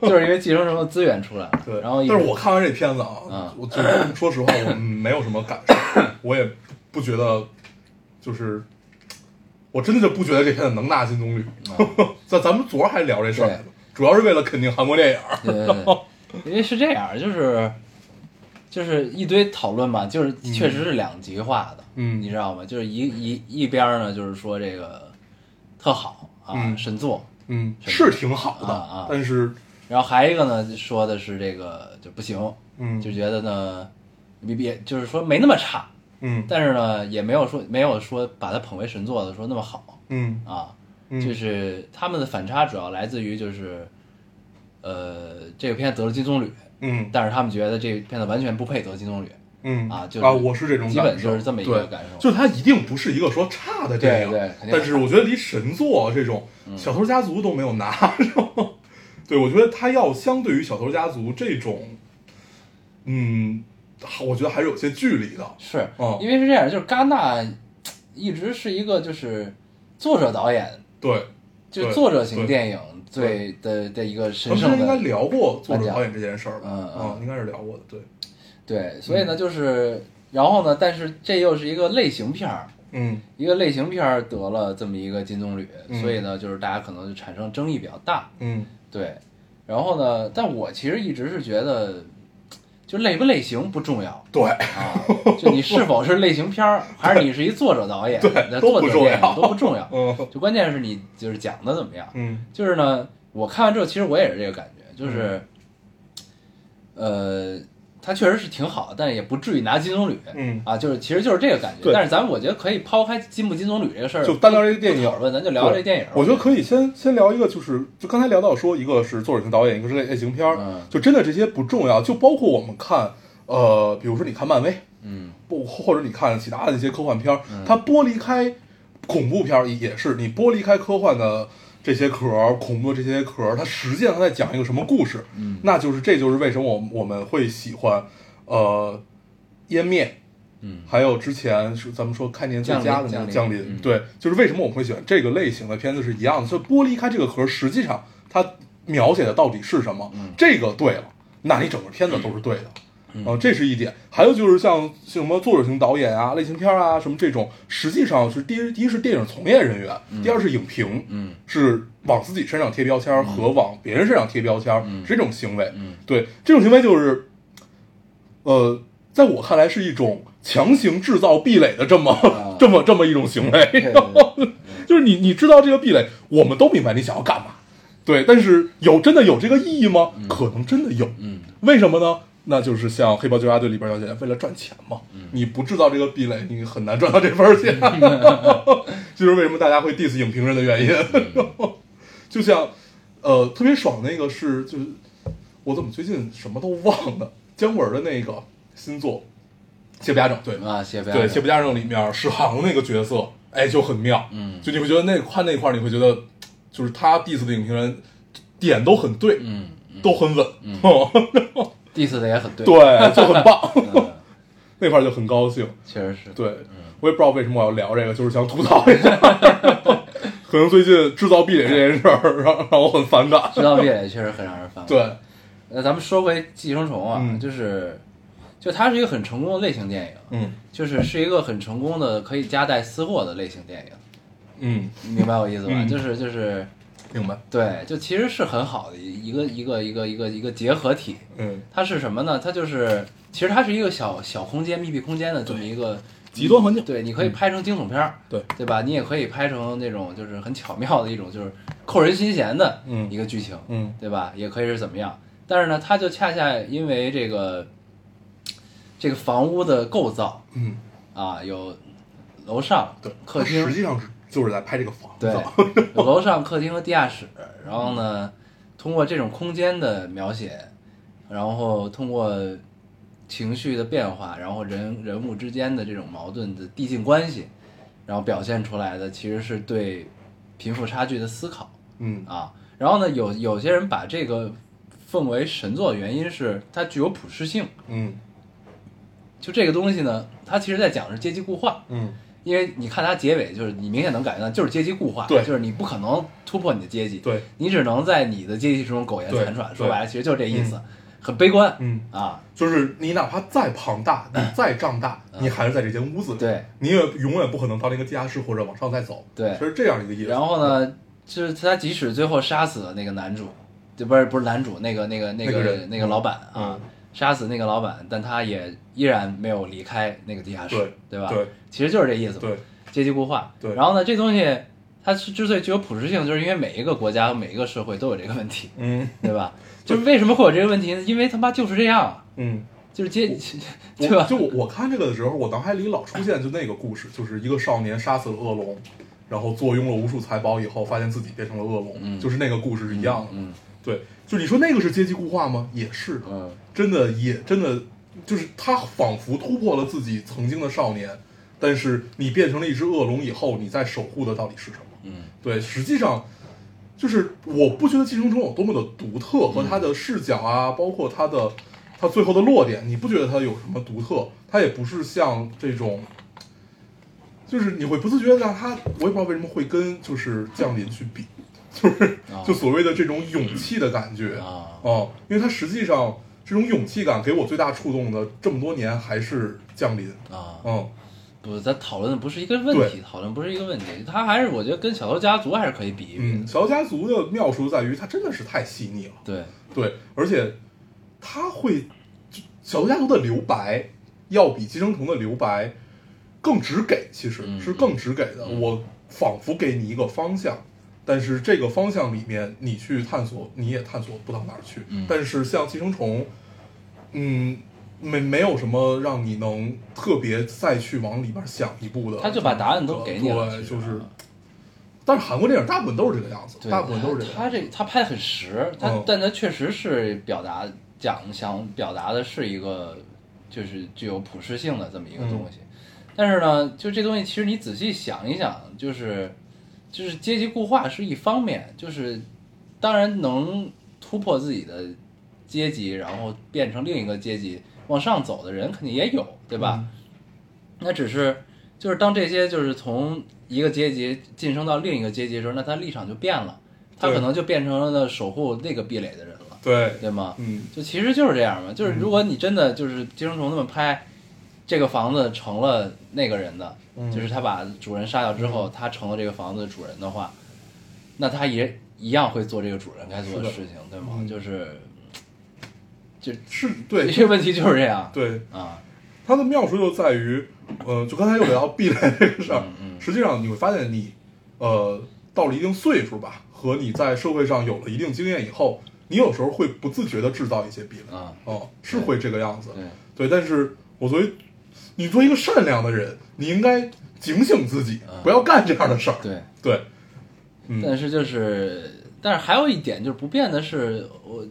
就是因为寄生虫的资源出来了，对，然后一但是我看完这片子啊，嗯我就是 说实话，我没有什么感 受，我也不觉得，就是我真的就不觉得这片子能拿金棕榈。 咱、咱们昨儿还聊这事儿来着嗯对，主要是为了肯定韩国电影儿。对对对，因为是这样，就是就是一堆讨论吧，就是确实是两极化的，嗯你知道吗？就是一一一边儿呢，就是说这个特好啊，嗯神作，嗯，是是挺好的，啊啊但是然后还一个呢说的是这个就不行，嗯就觉得呢，也也就是说没那么差，嗯但是呢也没有说没有说把它捧为神作的说那么好嗯啊，嗯，就是他们的反差主要来自于就是。呃，这个片得了金棕榈，嗯但是他们觉得这片子完全不配得金棕榈，嗯啊就是啊，我是这种基感本受，就是这么一个对感受就它一定不是一个说差的电影，对对肯定嗯但是我觉得离神作这种《小偷家族》都没有拿，然后对我觉得它要相对于《小偷家族》这种，嗯，我觉得还是有些距离的。是，嗯因为是这样，就是戛纳一直是一个就是作者导演，对，就对作者型对电影最的的一个咱神们之前圣应该的，聊过作颁者奖导演这件事儿吧？嗯嗯啊，应该是聊过的。对，对，所以呢，就是，然后呢，但是这又是一个类型片儿，嗯一个类型片儿得了这么一个金棕榈，嗯所以呢，就是大家可能就产生争议比较大。嗯对，然后呢，但我其实一直是觉得，就类不类型不重要，对，啊，就你是否是类型片儿，还是你是一作者导演，对那都作不者重电要影都不重要。嗯就关键是你就是讲的怎么样。嗯就是呢，我看完之后，其实我也是这个感觉，就是，呃，它确实是挺好，但也不至于拿金棕榈。嗯，啊，就是其实就是这个感觉，对但是咱们我觉得可以抛开金不金棕榈这个事儿，就单聊这个电影不讨论，咱就聊这对电影。我觉得可以先先聊一个，就是就刚才聊到说，一个是作者型导演，一个是类类型片儿，嗯就真的这些不重要，就包括我们看，呃，比如说你看漫威，嗯，不或者你看其他的一些科幻片儿，它剥离开恐怖片儿也是，你剥离开科幻的这些壳儿，恐怖的这些壳儿，它实际上它在讲一个什么故事？嗯，那就是这就是为什么我我们会喜欢呃湮灭。嗯，还有之前是咱们说开年最佳的那个降临降降临临，嗯对，就是为什么我们会喜欢这个类型的片子是一样的，所以剥离开这个壳儿，实际上它描写的到底是什么，嗯这个对了，那你整个片子都是对的。啊，这是一点。还有就是像什么作者型导演啊、类型片啊什么这种，实际上是第一，第一是电影从业人员，第二是影评，嗯，是往自己身上贴标签儿和往别人身上贴标签儿、嗯这种行为，嗯对这种行为就是，呃，在我看来是一种强行制造壁垒的这么、啊 这么这么一种行为。对对 就是你你知道这个壁垒，我们都明白你想要干嘛，对，但是有真的有这个意义吗？可能真的有，嗯，为什么呢？那就是像《黑豹纠察队》里边要讲，为了赚钱嘛，嗯你不制造这个壁垒，你很难赚到这份 儿钱。这就是为什么大家会 diss 影评人的原因。 就像，呃，特别爽的那个是，就是我怎么最近什么都忘了，姜文的那个新作《邪不压正》对吗？啊，谢飞对《邪不压正》里面史航那个角色，哎，就很妙。嗯就你会觉得那看那块儿，你会觉得就是他 diss 的影评人点都很对，嗯都很稳， ，diss 的也很对， 对，就很棒，嗯 那块儿就很高兴。确实是， 对，我也不知道为什么我要聊这个，就是想吐槽一下。 可能最近制造壁垒这件事儿让让我很反感。知道壁垒确实很让人烦。，对，那咱们说回寄生虫啊，嗯就是，就它是一个很成功的类型电影，嗯就是是一个很成功的可以夹带私货的类型电影，嗯，你明白我意思吧？嗯就是就是，明白。对，就其实是很好的一个一个一个一个一个结合体。嗯，它是什么呢？它就是其实它是一个小小空间、密闭空间的这么一个极端环境。对，你可以拍成惊悚片儿，嗯对对吧？你也可以拍成那种就是很巧妙的一种就是扣人心弦的嗯一个剧情，嗯对吧？也可以是怎么样？但是呢，它就恰恰因为这个这个房屋的构造嗯，啊，有楼上对，客他厅实际上是就是在拍这个房子对。，有楼上、客厅和地下室。然后呢，通过这种空间的描写，然后通过情绪的变化，然后人人物之间的这种矛盾的递进关系，然后表现出来的其实是对贫富差距的思考嗯啊。然后呢，有有些人把这个奉为神作，原因是它具有普适性。嗯就这个东西呢，它其实在讲的是阶级固化。嗯，因为你看它结尾，就是你明显能感觉到，就是阶级固化，对就是你不可能突破你的阶级，对，你只能在你的阶级之中苟延残对喘。说白了，其实就是这意思，很悲观，嗯啊，就是你哪怕再庞大，你再胀大，你还是在这间屋子嗯里，对，你也永远不可能到那个地下室或者往上再走，对其实这样一个意思。然后？呢，就是他即使最后杀死了那个男主，就不是不是男主，那个那个那那个个人那个老板嗯啊，杀死那个老板，但他也依然没有离开那个地下室对，对吧？对，其实就是这意思嘛。对，阶级固化。对然后呢，这东西它之之所以具有普适性，就是因为每一个国家和每一个社会都有这个问题，嗯对吧？ 就是为什么会有这个问题呢？因为他妈就是这样啊，嗯，就是阶，我 对吧就？我我看这个的时候，我脑海里老出现就那个故事，就是一个少年杀死了恶龙，然后坐拥了无数财宝以后，发现自己变成了恶龙，嗯就是那个故事是一样的。嗯对，就你说那个是阶级固化吗？也是的，嗯真的也真的就是他仿佛突破了自己曾经的少年，但是你变成了一只恶龙以后，你在守护的到底是什么？嗯对，实际上就是我不觉得《寄生虫》有多么的独特，嗯和它的视角啊，包括它的它最后的落点，你不觉得它有什么独特？它也不是像这种，就是你会不自觉地让它，我也不知道为什么会跟就是降临去比，就是啊就所谓的这种勇气的感觉啊哦，因为它实际上这种勇气感给我最大触动的，这么多年还是降临。啊，嗯，不，咱讨论的不是一个问题，讨论不是一个问题，他还是我觉得跟小偷家族还是可以比一比嗯，的，小家族的妙处在于它真的是太细腻了，对，对，而且它会就小家族的留白要比寄生虫的留白更直给，其实嗯是更直给的。嗯我仿佛给你一个方向，但是这个方向里面你去探索，你也探索不到哪儿去。嗯但是像寄生虫，嗯。没没有什么让你能特别再去往里边想一步的，他就把答案都给你了，对，其实就是但是韩国电影大部分都是这个样子，对大部分都是这个样子。他他这他拍的很实，他、嗯但他确实是表达讲想表达的是一个就是具有普适性的这么一个东西，嗯但是呢，就这东西其实你仔细想一想，就是就是阶级固化是一方面，就是当然能突破自己的阶级，然后变成另一个阶级往上走的人肯定也有，对吧？嗯那只是就是当这些就是从一个阶级晋升到另一个阶级的时候，那他立场就变了，他对可能就变成了守护那个壁垒的人了，对，对吗？嗯，就其实就是这样嘛，就是如果你真的就是《寄生虫》那么拍，这个房子成了那个人的，嗯就是他把主人杀掉之后，他成了这个房子的主人的话，那他也一样会做这个主人该做的事是情，对吗？嗯就是是这对些问题就是这样对，啊，它的妙处就在于，呃，就刚才又聊到壁垒这个事儿嗯，嗯实际上你会发现你，呃，到了一定岁数吧，和你在社会上有了一定经验以后，你有时候会不自觉的制造一些壁垒，啊哦，是会这个样子，对对，但是我作为你作为一个善良的人，你应该警醒自己，嗯不要干这样的事儿，对。对，嗯，但是就是，但是还有一点就是不变的是，我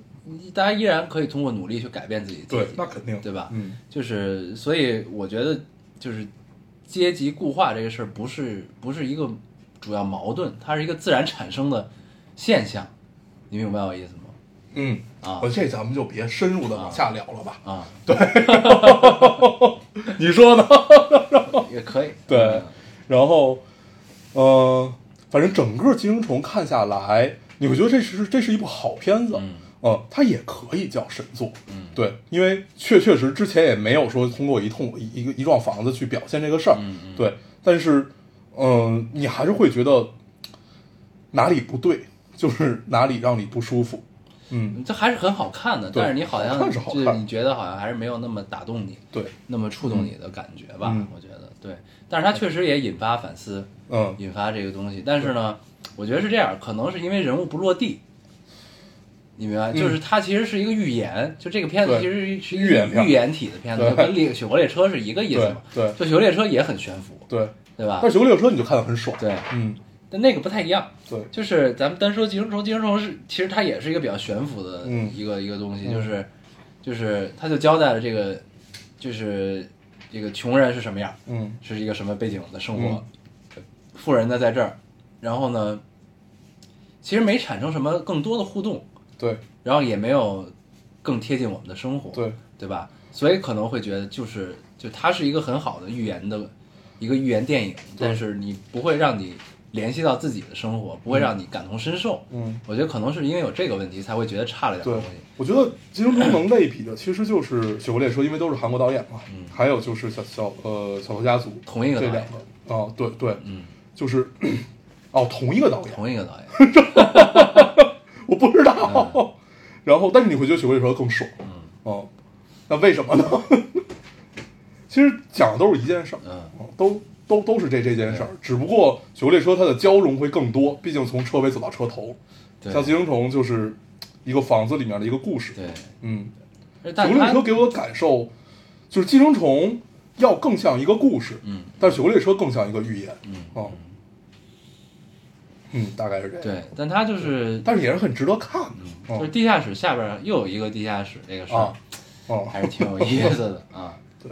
大家依然可以通过努力去改变自己对自己，那肯定，对吧？嗯，就是所以我觉得就是阶级固化这个事儿不是不是一个主要矛盾，它是一个自然产生的现象，你明白我意思吗？嗯，啊我这咱们就别深入的往下聊了吧。啊，你说呢？哦也可以，对，然后，呃，反正整个《寄生虫》看下来，你会觉得这是这是一部好片子，嗯嗯，它也可以叫神作，嗯对，因为确确实之前也没有说通过一通一一个一幢房子去表现这个事儿，嗯嗯对，但是，嗯、你还是会觉得哪里不对，就是哪里让你不舒服，嗯，这还是很好看的，对但是你好像好看是好看就是你觉得好像还是没有那么打动你，对，那么触动你的感觉吧，嗯我觉得对，但是它确实也引发反思，嗯，引发这个东西。但是呢，我觉得是这样，可能是因为人物不落地，你明白？嗯就是它其实是一个预言，就这个片子对其实是一个预言片预言体的片子，对就跟《列雪国列车》是一个意思嘛。对对就《雪国列车》也很悬浮，对，对吧但？是《九六车》你就看得很爽，，对，嗯，但那个不太一样。对，就是咱们单说《寄生虫》，《寄生虫》是其实它也是一个比较悬浮的嗯一个、一个东西，嗯就是就是它就交代了这个就是这个穷人是什么样，嗯，是一个什么背景的生活嗯，富人呢在这儿，然后呢，其实没产生什么更多的互动，对，然后也没有更贴近我们的生活，对，对吧？所以可能会觉得就是就它是一个很好的预言的一个预言电影，但是你不会让你联系到自己的生活，不会让你感同身受。嗯。我觉得可能是因为有这个问题，才会觉得差了点对东西。，我觉得《寄生虫》能类比的其实就是《雪国列车》，因为都是韩国导演嘛，还有就是小小呃《小偷家族》嗯同一个这导两演，个哦，对对，嗯，就是哦同一个导演，同一个导演，我不知道。嗯 然后，但是你会觉得《雪国列车》更爽，嗯，哦，那为什么呢？ 其实讲的都是一件事儿，嗯哦，都都都是这这件事儿，只不过《雪国列车》它的交融会更多，毕竟从车尾走到车头，像《寄对生虫》就是一个房子里面的一个故事，对，嗯。而《但雪国列他车》给我的感受就是《寄生虫》要更像一个故事，嗯。但是《雪国列车》更像一个寓言。嗯哦，嗯，大概是这样。，对，嗯但他就是但是也是很值得看的。哦就是地下室下边又有一个地下室这个事儿啊，哦，还是挺有意思 的啊。对，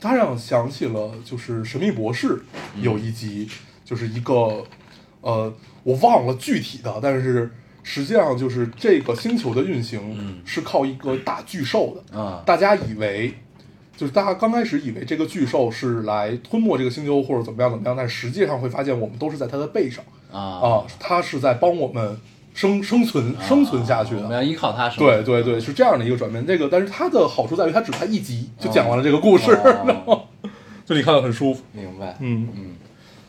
他让我想起了就是《神秘博士》嗯有一集，就是一个呃，我忘了具体的，但是实际上就是这个星球的运行嗯是靠一个大巨兽的。啊，大家以为，就是大家刚开始以为这个巨兽是来吞没这个星球或者怎么样怎么样，但实际上会发现我们都是在它的背上啊啊，它是在帮我们生生存生存下去我的们。要依靠它生对活。对对，是这样的一个转变。这个，但是它的好处在于，它只拍一集就讲完了这个故事， 哦就你看的很舒服。明白。嗯嗯，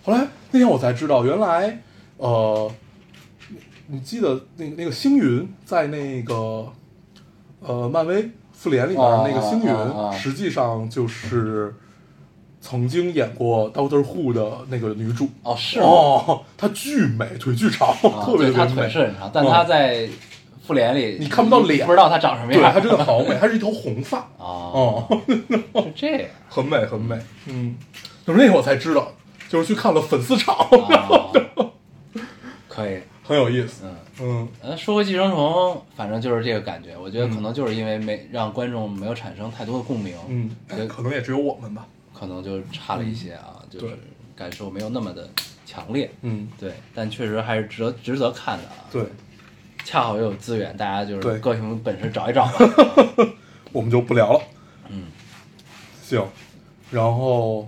后来那天我才知道，原来呃，你你记得那个那个星云在那个呃漫威复联里面哦那个星云，哦哦实际上就是曾经演过 Doctor Who 的那个女主。哦是吗哦，她巨美，腿巨长，啊特别对特他别美哦腿。是很长，但他在复联里你看不到脸不知道他长什么对，样。她真的好美，她是一头红发。哦，哦， 是这样。啊很美，很美。嗯，就是那天我才知道，就是去看了粉丝场，哦可以， 很有意思。嗯。嗯呃，说回寄生虫，反正就是这个感觉。我觉得可能就是因为没让观众没有产生太多的共鸣，嗯，哎就可能也只有我们吧。可能就差了一些啊，就是嗯对感受没有那么的强烈。嗯，对，但确实还是值得值得看的啊。， 对，恰好也有资源，大家就对是各凭本事找一 找吧。我们就不聊了。嗯，行。然后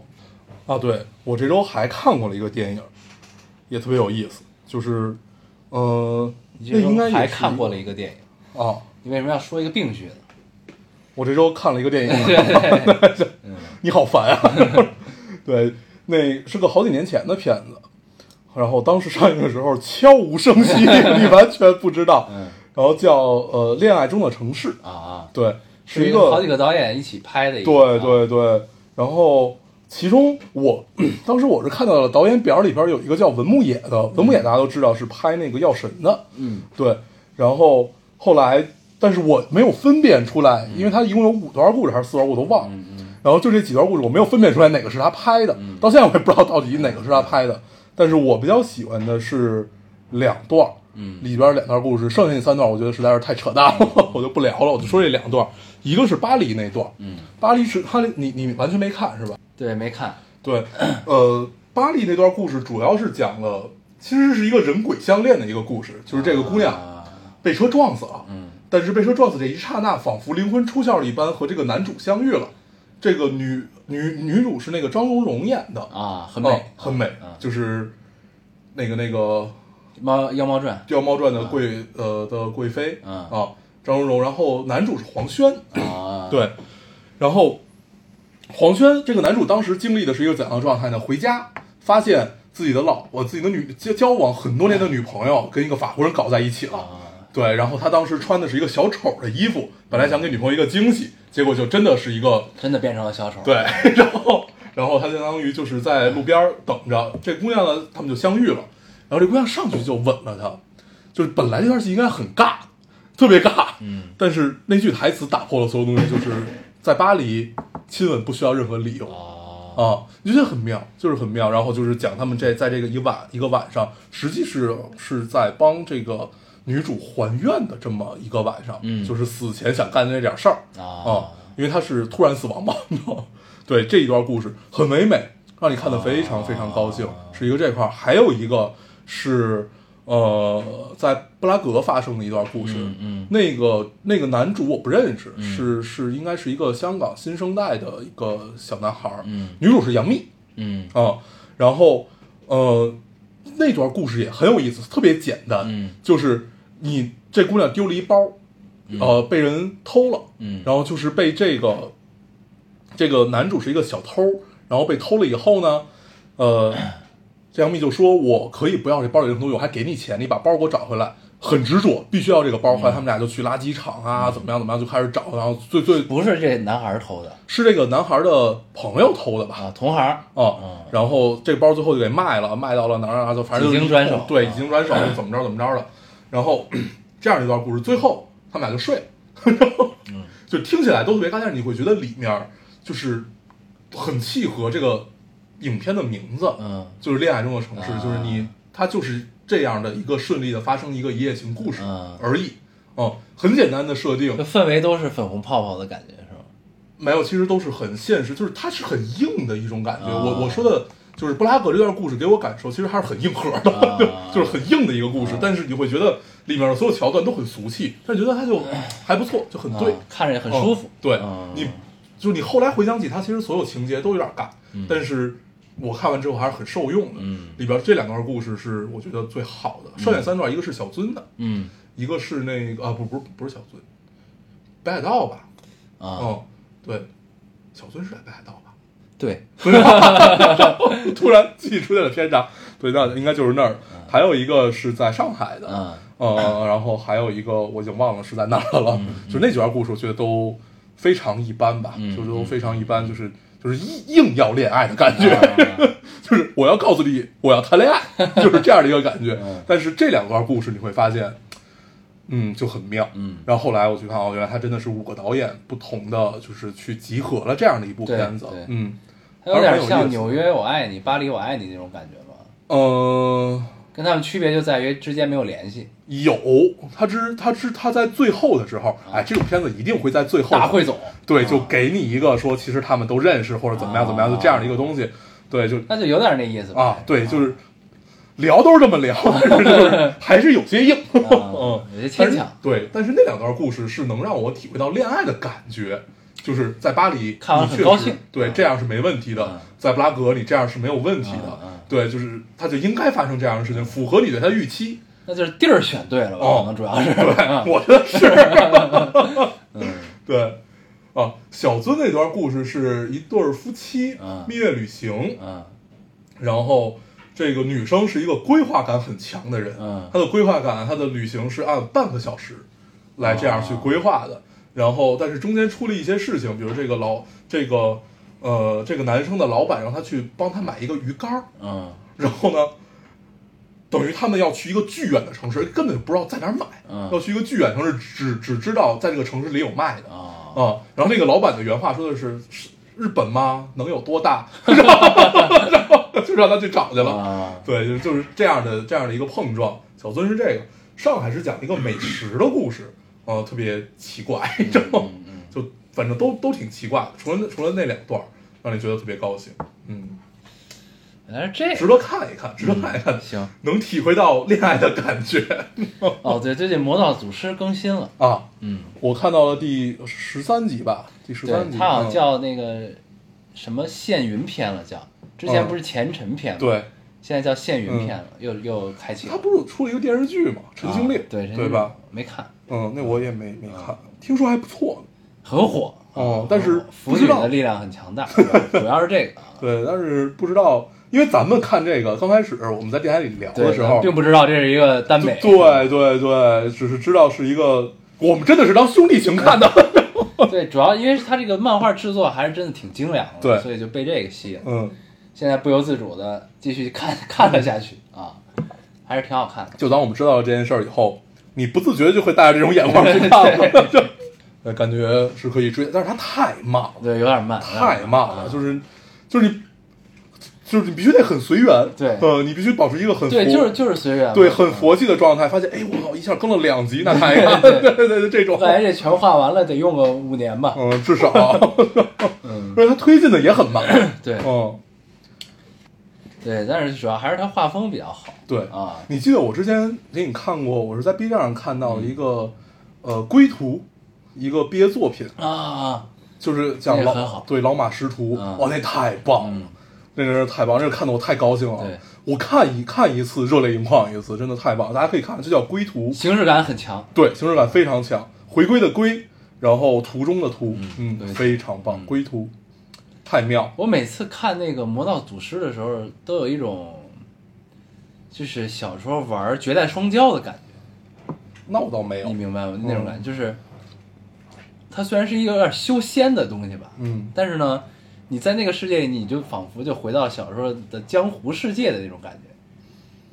啊，对我这周还看过了一个电影，也特别有意思，就是呃，你那这应该周也还是看过了一一个电影，个啊。你为什么要说一个病句呢？我这周看了一个电影，对对对， 你好烦啊！对，那是个好几年前的片子，然后当时上映的时候悄无声 息，你完全不知道。嗯然后叫呃《恋爱中的城市》，啊啊，对，是是一跟好几个，个导演一起拍的一个，啊对，对对。然后其中我 当时我是看到了导演表里边有一个叫文牧野的，文牧野大家都知道是拍那个《药神》的，嗯，对。然后后来，但是我没有分辨出来，因为它一共有五段故事还是四段，我都忘了。嗯嗯，然后就这几段故事，我没有分辨出来哪个是他拍的，到现在我也不知道到底哪个是他拍嗯的。但是我比较喜欢的是两段，嗯里边两段故事，剩下那三段我觉得实在是太扯淡了， 我就不聊了，我就说这两段，一个是巴黎那段，嗯，巴黎是他你你完全没看是吧？对，没看，对， 呃，巴黎那段故事主要是讲了，其实是一个人鬼相恋的一个故事，就是这个姑娘啊，被车撞死了，嗯但是被车撞死这一刹那，仿佛灵魂出窍了一般，和这个男主相遇了。这个女女女主是那个张荣荣演的，啊，很嗯美，很美，嗯就是那个那个猫妖猫传《妖猫传》的贵、呃的贵妃，嗯啊，张荣荣。然后男主是黄轩， 啊，，对，然后黄轩这个男主当时经历的是一个怎样的状态呢？回家发现自己的老婆、自己的女交交往很多年的女朋友跟一个法国人搞在一起了。啊，对，然后他当时穿的是一个小丑的衣服，本来想给女朋友一个惊喜，结果就真的是一个真的变成了小丑，对，， 然后然后他相当于就是在路边儿等着这姑娘呢，他们就相遇了，然后这姑娘上去就吻了他，就是本来这段戏应该很尬，特别尬，嗯，但是那句台词打破了所有东西，就是在巴黎亲吻不需要任何理由，啊，啊，你就觉得很妙，就是很妙。然后就是讲他们这在这个一晚一个晚上，实际是是在帮这个女主还愿的这么一个晚上，嗯就是死前想干的那点事儿啊哦因为她是突然死亡嘛。 对这一段故事很唯美，让你看得非常非常高啊兴，是一个这块儿。还有一个是呃，在布拉格发生的一段故事，嗯嗯那个那个男主我不认识，是是应该是一个香港新生代的一个小男孩儿，嗯女主是杨幂嗯啊，然后呃那段故事也很有意思，特别简单，嗯就是你这姑娘丢了一包，呃被人偷了，嗯，然后就是被这个这个男主是一个小偷，然后被偷了以后呢，呃， 这杨幂就说我可以不要这包里任何东西，我还给你钱，你把包给我找回来。很执着，必须要这个包。后嗯来他们俩就去垃圾场啊，怎么样怎么样，就开始找。然后最最不是这男孩偷的是这个男孩的朋友偷的吧？啊，同行，啊，然后这包最后就给卖了，卖到了哪儿哪儿哪儿，就反正就几经转手对，啊几经转手就怎么着怎么着了。然后这样一段故事，最后他们俩就睡了， 嗯就听起来都特别尬，但是你会觉得里面就是很契合这个影片的名字，嗯就是《恋爱中的城市》，啊就是你它就是这样的一个顺利的发生一个一夜情故事啊而已，嗯，很简单的设 定这，氛围都是粉红泡泡的感觉是吗？没有，其实都是很现实，就是它是很硬的一种感觉。啊我我说的就是布拉格这段故事给我感受，其实还是很硬核的，啊 就就是很硬的一个故事。啊但是你会觉得里面的所有桥段都很俗气，但是觉得它就还不错，就很对，啊看着也很舒服嗯，对嗯你，就是你后来回想起它，其实所有情节都有点尬，但是我看完之后还是很受用的。嗯里边这两段故事是我觉得最好的。剩下三段，一个是小尊的，嗯一个是那个啊，不不是不是小尊，北海道吧？啊，嗯，对，小尊是在北海道吧？对， 突然自己出现了偏差，对，那应该就是那儿。还有一个是在上海的，嗯 呃，然后还有一个我已经忘了是在哪儿 了，就那几段故事，我觉得都非常一般吧，嗯啊就都非常一般，就是就是硬硬要恋爱的感觉， 就是我要告诉你我要谈 恋爱，就是这样的一个感觉。嗯但是这两段故事你会发现，嗯，就很妙。嗯然后后来我去看，哦，原来他真的是五个导演不同的，就是去集合了这样的一部对片子对。嗯，它有点还是很像有意思《纽约我爱你》《巴黎我爱你》那种感觉吧。呃，跟他们区别就在于之间没有联系，有，他之他之他在最后的时候，哎，这种片子一定会在最后啊大汇总，对，就给你一个说其实他们都认识或者怎么样怎么样，就这样的一个东西，哦对，就那就有点那意思吧啊，对，就是聊都是这么 聊，但是就是还是有些硬，嗯，有些哦牵强。但是对，但是那两段故事是能让我体会到恋爱的感觉，就是在巴黎看完你很确实高兴对，这样是没问题的嗯，在布拉格你这样是没有问题嗯的嗯，对，就是它就应该发生这样的事情，符合你对它的预期，那就是地儿选对了吧？哦可能主要是对，我觉得是。嗯 对，啊，小尊那段故事是一对儿夫妻嗯蜜月旅行，嗯然后这个女生是一个规划感很强的人，嗯她的规划感，她的旅行是按半个小时来这样去哦规划的。然后，但是中间出了一些事情，比如这个老这个呃这个男生的老板让他去帮他买一个鱼竿儿，嗯然后呢，等于他们要去一个巨远的城市，根本就不知道在哪儿买，嗯要去一个巨远城市，只只知道在这个城市里有卖的啊，啊。然后那个老板的原话说的是：“是日本吗？能有 多大？”然后就让他去找去了。啊对，就是就是这样的这样的一个碰撞。小尊是这个，上海是讲一个美食的故事，啊，特别奇怪，嗯 然后就反正都都挺奇怪的，除了除了那两段儿，让你觉得特别高兴，嗯。原来是这值样。得看一看，值得看一看，行能体会到恋爱的感觉哦，对，最近《魔道祖师》更新了，啊！嗯，我看到了第十三集吧，第十对三，集，它好像嗯叫那个什么现云篇了，叫之前不是前尘篇吗？，嗯对，嗯现在叫现云篇了，又又开启了。他不是出了一个电视剧嘛，《陈情令啊》对对吧？？没看，嗯，那我也没没看，听说还不错呢。很火。哦，但是不腐知女道的，力量很强大，是吧主要是这个啊。对，但是不知道，因为咱们看这个刚开始我们在电台里聊对的时候，并不知道这是一个耽美，对对对，只是知道是一个，我们真的是当兄弟情看的。 对，主要因为它这个漫画制作还是真的挺精良的，对所以就被这个吸引了。嗯，现在不由自主的继续看 看了下去啊，还是挺好看的。就当我们知道了这件事儿以后，你不自觉就会带着这种眼光去看 了，就呃 感觉是可以追，但是它太慢了，对，有点慢，有点太慢啊了，就是就是你就是你必须得很随缘，对呃，你必须保持一个很佛对，就是就是随缘嘛，对很佛系的状态，发现哎我靠一下更了两集，那太对 对对对这种我。感嗯觉这全画完了得用个五年吧。嗯，至少，嗯 而且它推进的也很慢，对嗯，对，但是主要还是它画风比较好对啊。你记得我之前给你看过，我是在 B 站上看到的一个，呃，归途，一个毕业作品，啊，就是讲那个很老好对老马识途，嗯哇，那太棒了，那真是太棒，这个看得我太高兴了对。我看一看一次，热泪盈眶一次，真的太棒了。大家可以看，这叫归途，形式感很强。对，形式感非常强，回归的归，然后途中的途，嗯，对非常棒，归途太妙，我每次看那个《魔道祖师》的时候，都有一种就是小时候玩《绝代双骄》的感觉。那我倒没你有，明白吗？那种嗯感觉就是，它虽然是一个有点修仙的东西吧，嗯，但是呢，你在那个世界里，你就仿佛就回到小时候的江湖世界的那种感觉。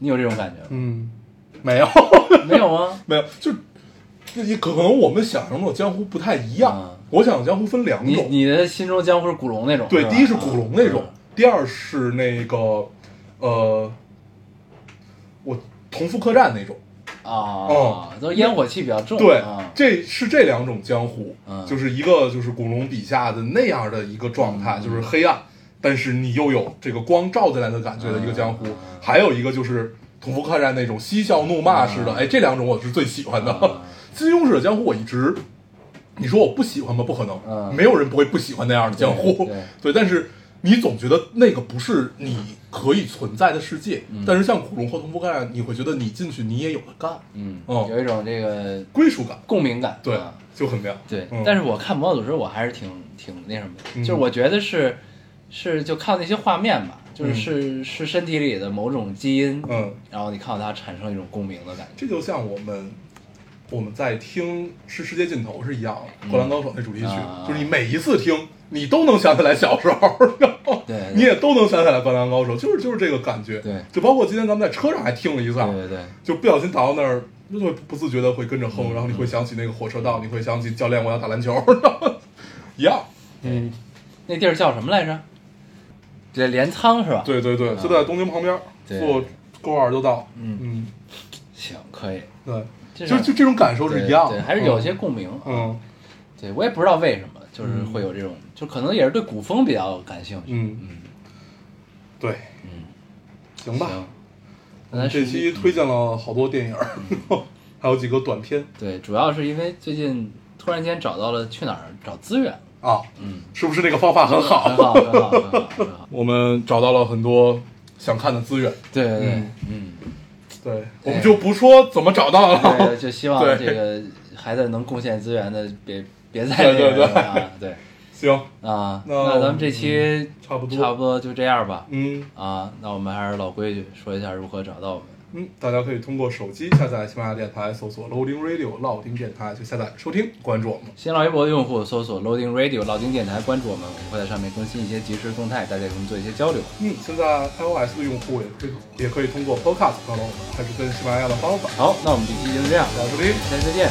你有这种感觉 吗？嗯，没有， 没有吗？没有，就就也可能我们想象中的江湖不太一样嗯。我想的江湖分两你种，你的心中江湖是古龙那种，对，吧第一是古龙那种啊，第二是那个，呃，我同福客栈那种。哦啊，都是烟火气比较重，对啊，这是这两种江湖嗯，就是一个就是古龙笔下的那样的一个状嗯态，就是黑暗，但是你又有这个光照进来的感觉的一个江湖。嗯还有一个就是同福客栈那种嬉笑怒骂式的，嗯哎，这两种我是最喜欢的。 金庸式的江湖我一直你说我不喜欢吗？不可能，嗯 没有人不会不喜欢那样的江湖。对对但是你总觉得那个不是你可以存在的世界，但是像苦龙或同步干，你会觉得你进去你也有的干，嗯，哦有一种这个归属感，共鸣感，对啊，就很妙。对嗯。但是我看《魔导组织》，我还是挺挺那什么的，嗯就是我觉得是是就靠那些画面吧，就是是、嗯是身体里的某种基因，嗯，然后你看到它产生一种共鸣的感觉。这就像我们我们在听《是世界尽头》是一样的，《灌篮高手》那主题曲，嗯啊就是你每一次听，你都能想起来小时候，然后对对 你也都能想起来《灌篮高手》，就是就是这个感觉。对就包括今天咱们在车上还听了一次啊，对对对，就不小心打到那儿，就会不自觉的会跟着嗯哼，然后你会想起那个火车道，你会想起教练我要打篮球，然后 一样。嗯，那地儿叫什么来着？这镰仓是吧？，对对啊对，就在东京旁边，对坐勾二就到。嗯嗯，行，可以，对，这就是就这种感受是一样对，的，对还是有些共鸣。嗯对我也不知道为什么，就是会有这种，就可能也是对古风比较感兴趣。嗯嗯，对，嗯，行吧。行，那咱这是期推荐了好多电影儿，嗯 还有几个短片对，主要是因为最近突然间找到了去哪儿找资 源，啊，嗯，是不是这个方法很很好？好，很好，很好，很好。 我们找到了很多想看的资源，对对对嗯， 嗯，对，我们就不说怎么找到对，了，就希望对这个孩子能贡献资源的，别别再对那个对什么啊，对 行，啊。 那嗯那咱们这期差不多，差不多就这样吧。嗯啊，那我们还是老规矩，说一下如何找到我们。嗯，大家可以通过手机下载喜马拉雅电台，搜索 Loading Radio 老丁电台去下载收听，关注我们。新浪微博的用户搜索 Loading Radio 老丁电台，关注我们，我们会在上面更新一些即时动态，大家也跟我们做一些交流。嗯，现在 iOS 的用户也可以也可以通过 Podcast 找到我们，还是跟喜马拉雅的方法。好，那我们这期就这样，大家收听。下期再见，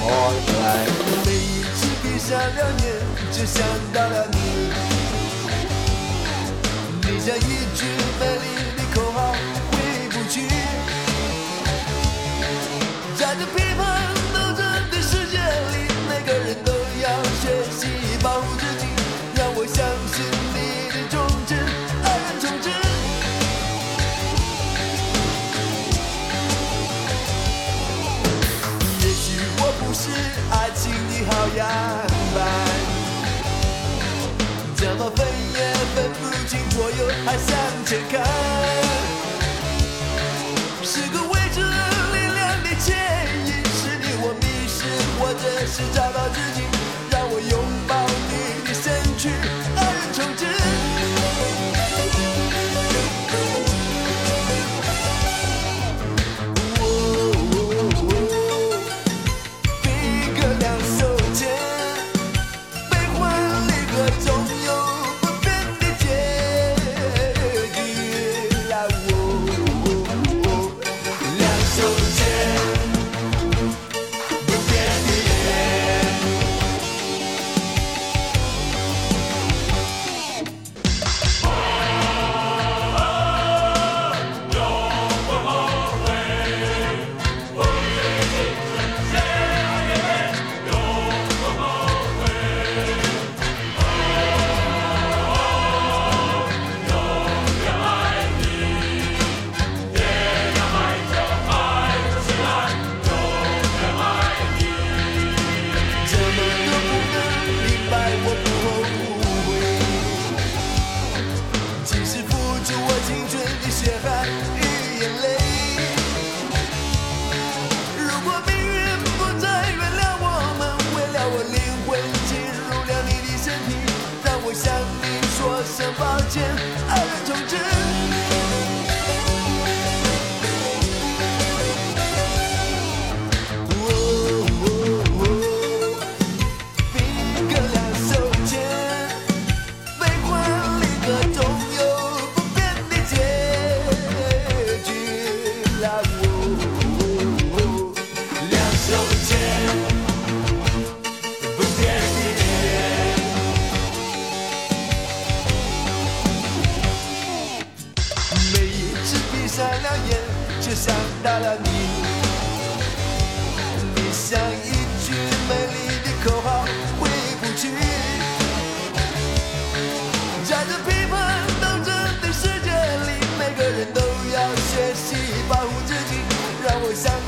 拜拜。每一次闭上两眼，就想到了你。你像一句美丽的口号，回不去。在这批判斗争的世界里，每个人都要学习保护自己。让我相信你的忠贞，爱人忠贞。也许我不是爱情的好样板，怎么分也分不清左右，还向前看，是个未知力量的牵引，是你我迷失，或者是找到自己，让我拥抱你的身躯，二人成真。每个两手间，悲欢离合总有不变的结局。啊哦，两手间，不变的脸。怎么都不能明白，我不后悔。即使付出我青春的血汗与眼泪。如果命运不再原谅我们，为了我灵魂进入了你的身体，让我向你说声抱歉，爱人成真。每个两手间，悲欢离合总有不变的结局。啦哦，两手间，不变的脸。每一次闭上了眼，就想到了你。你像一句美丽的口号，回不去。在这批判斗争的世界里，每个人都要学习保护自己，让我相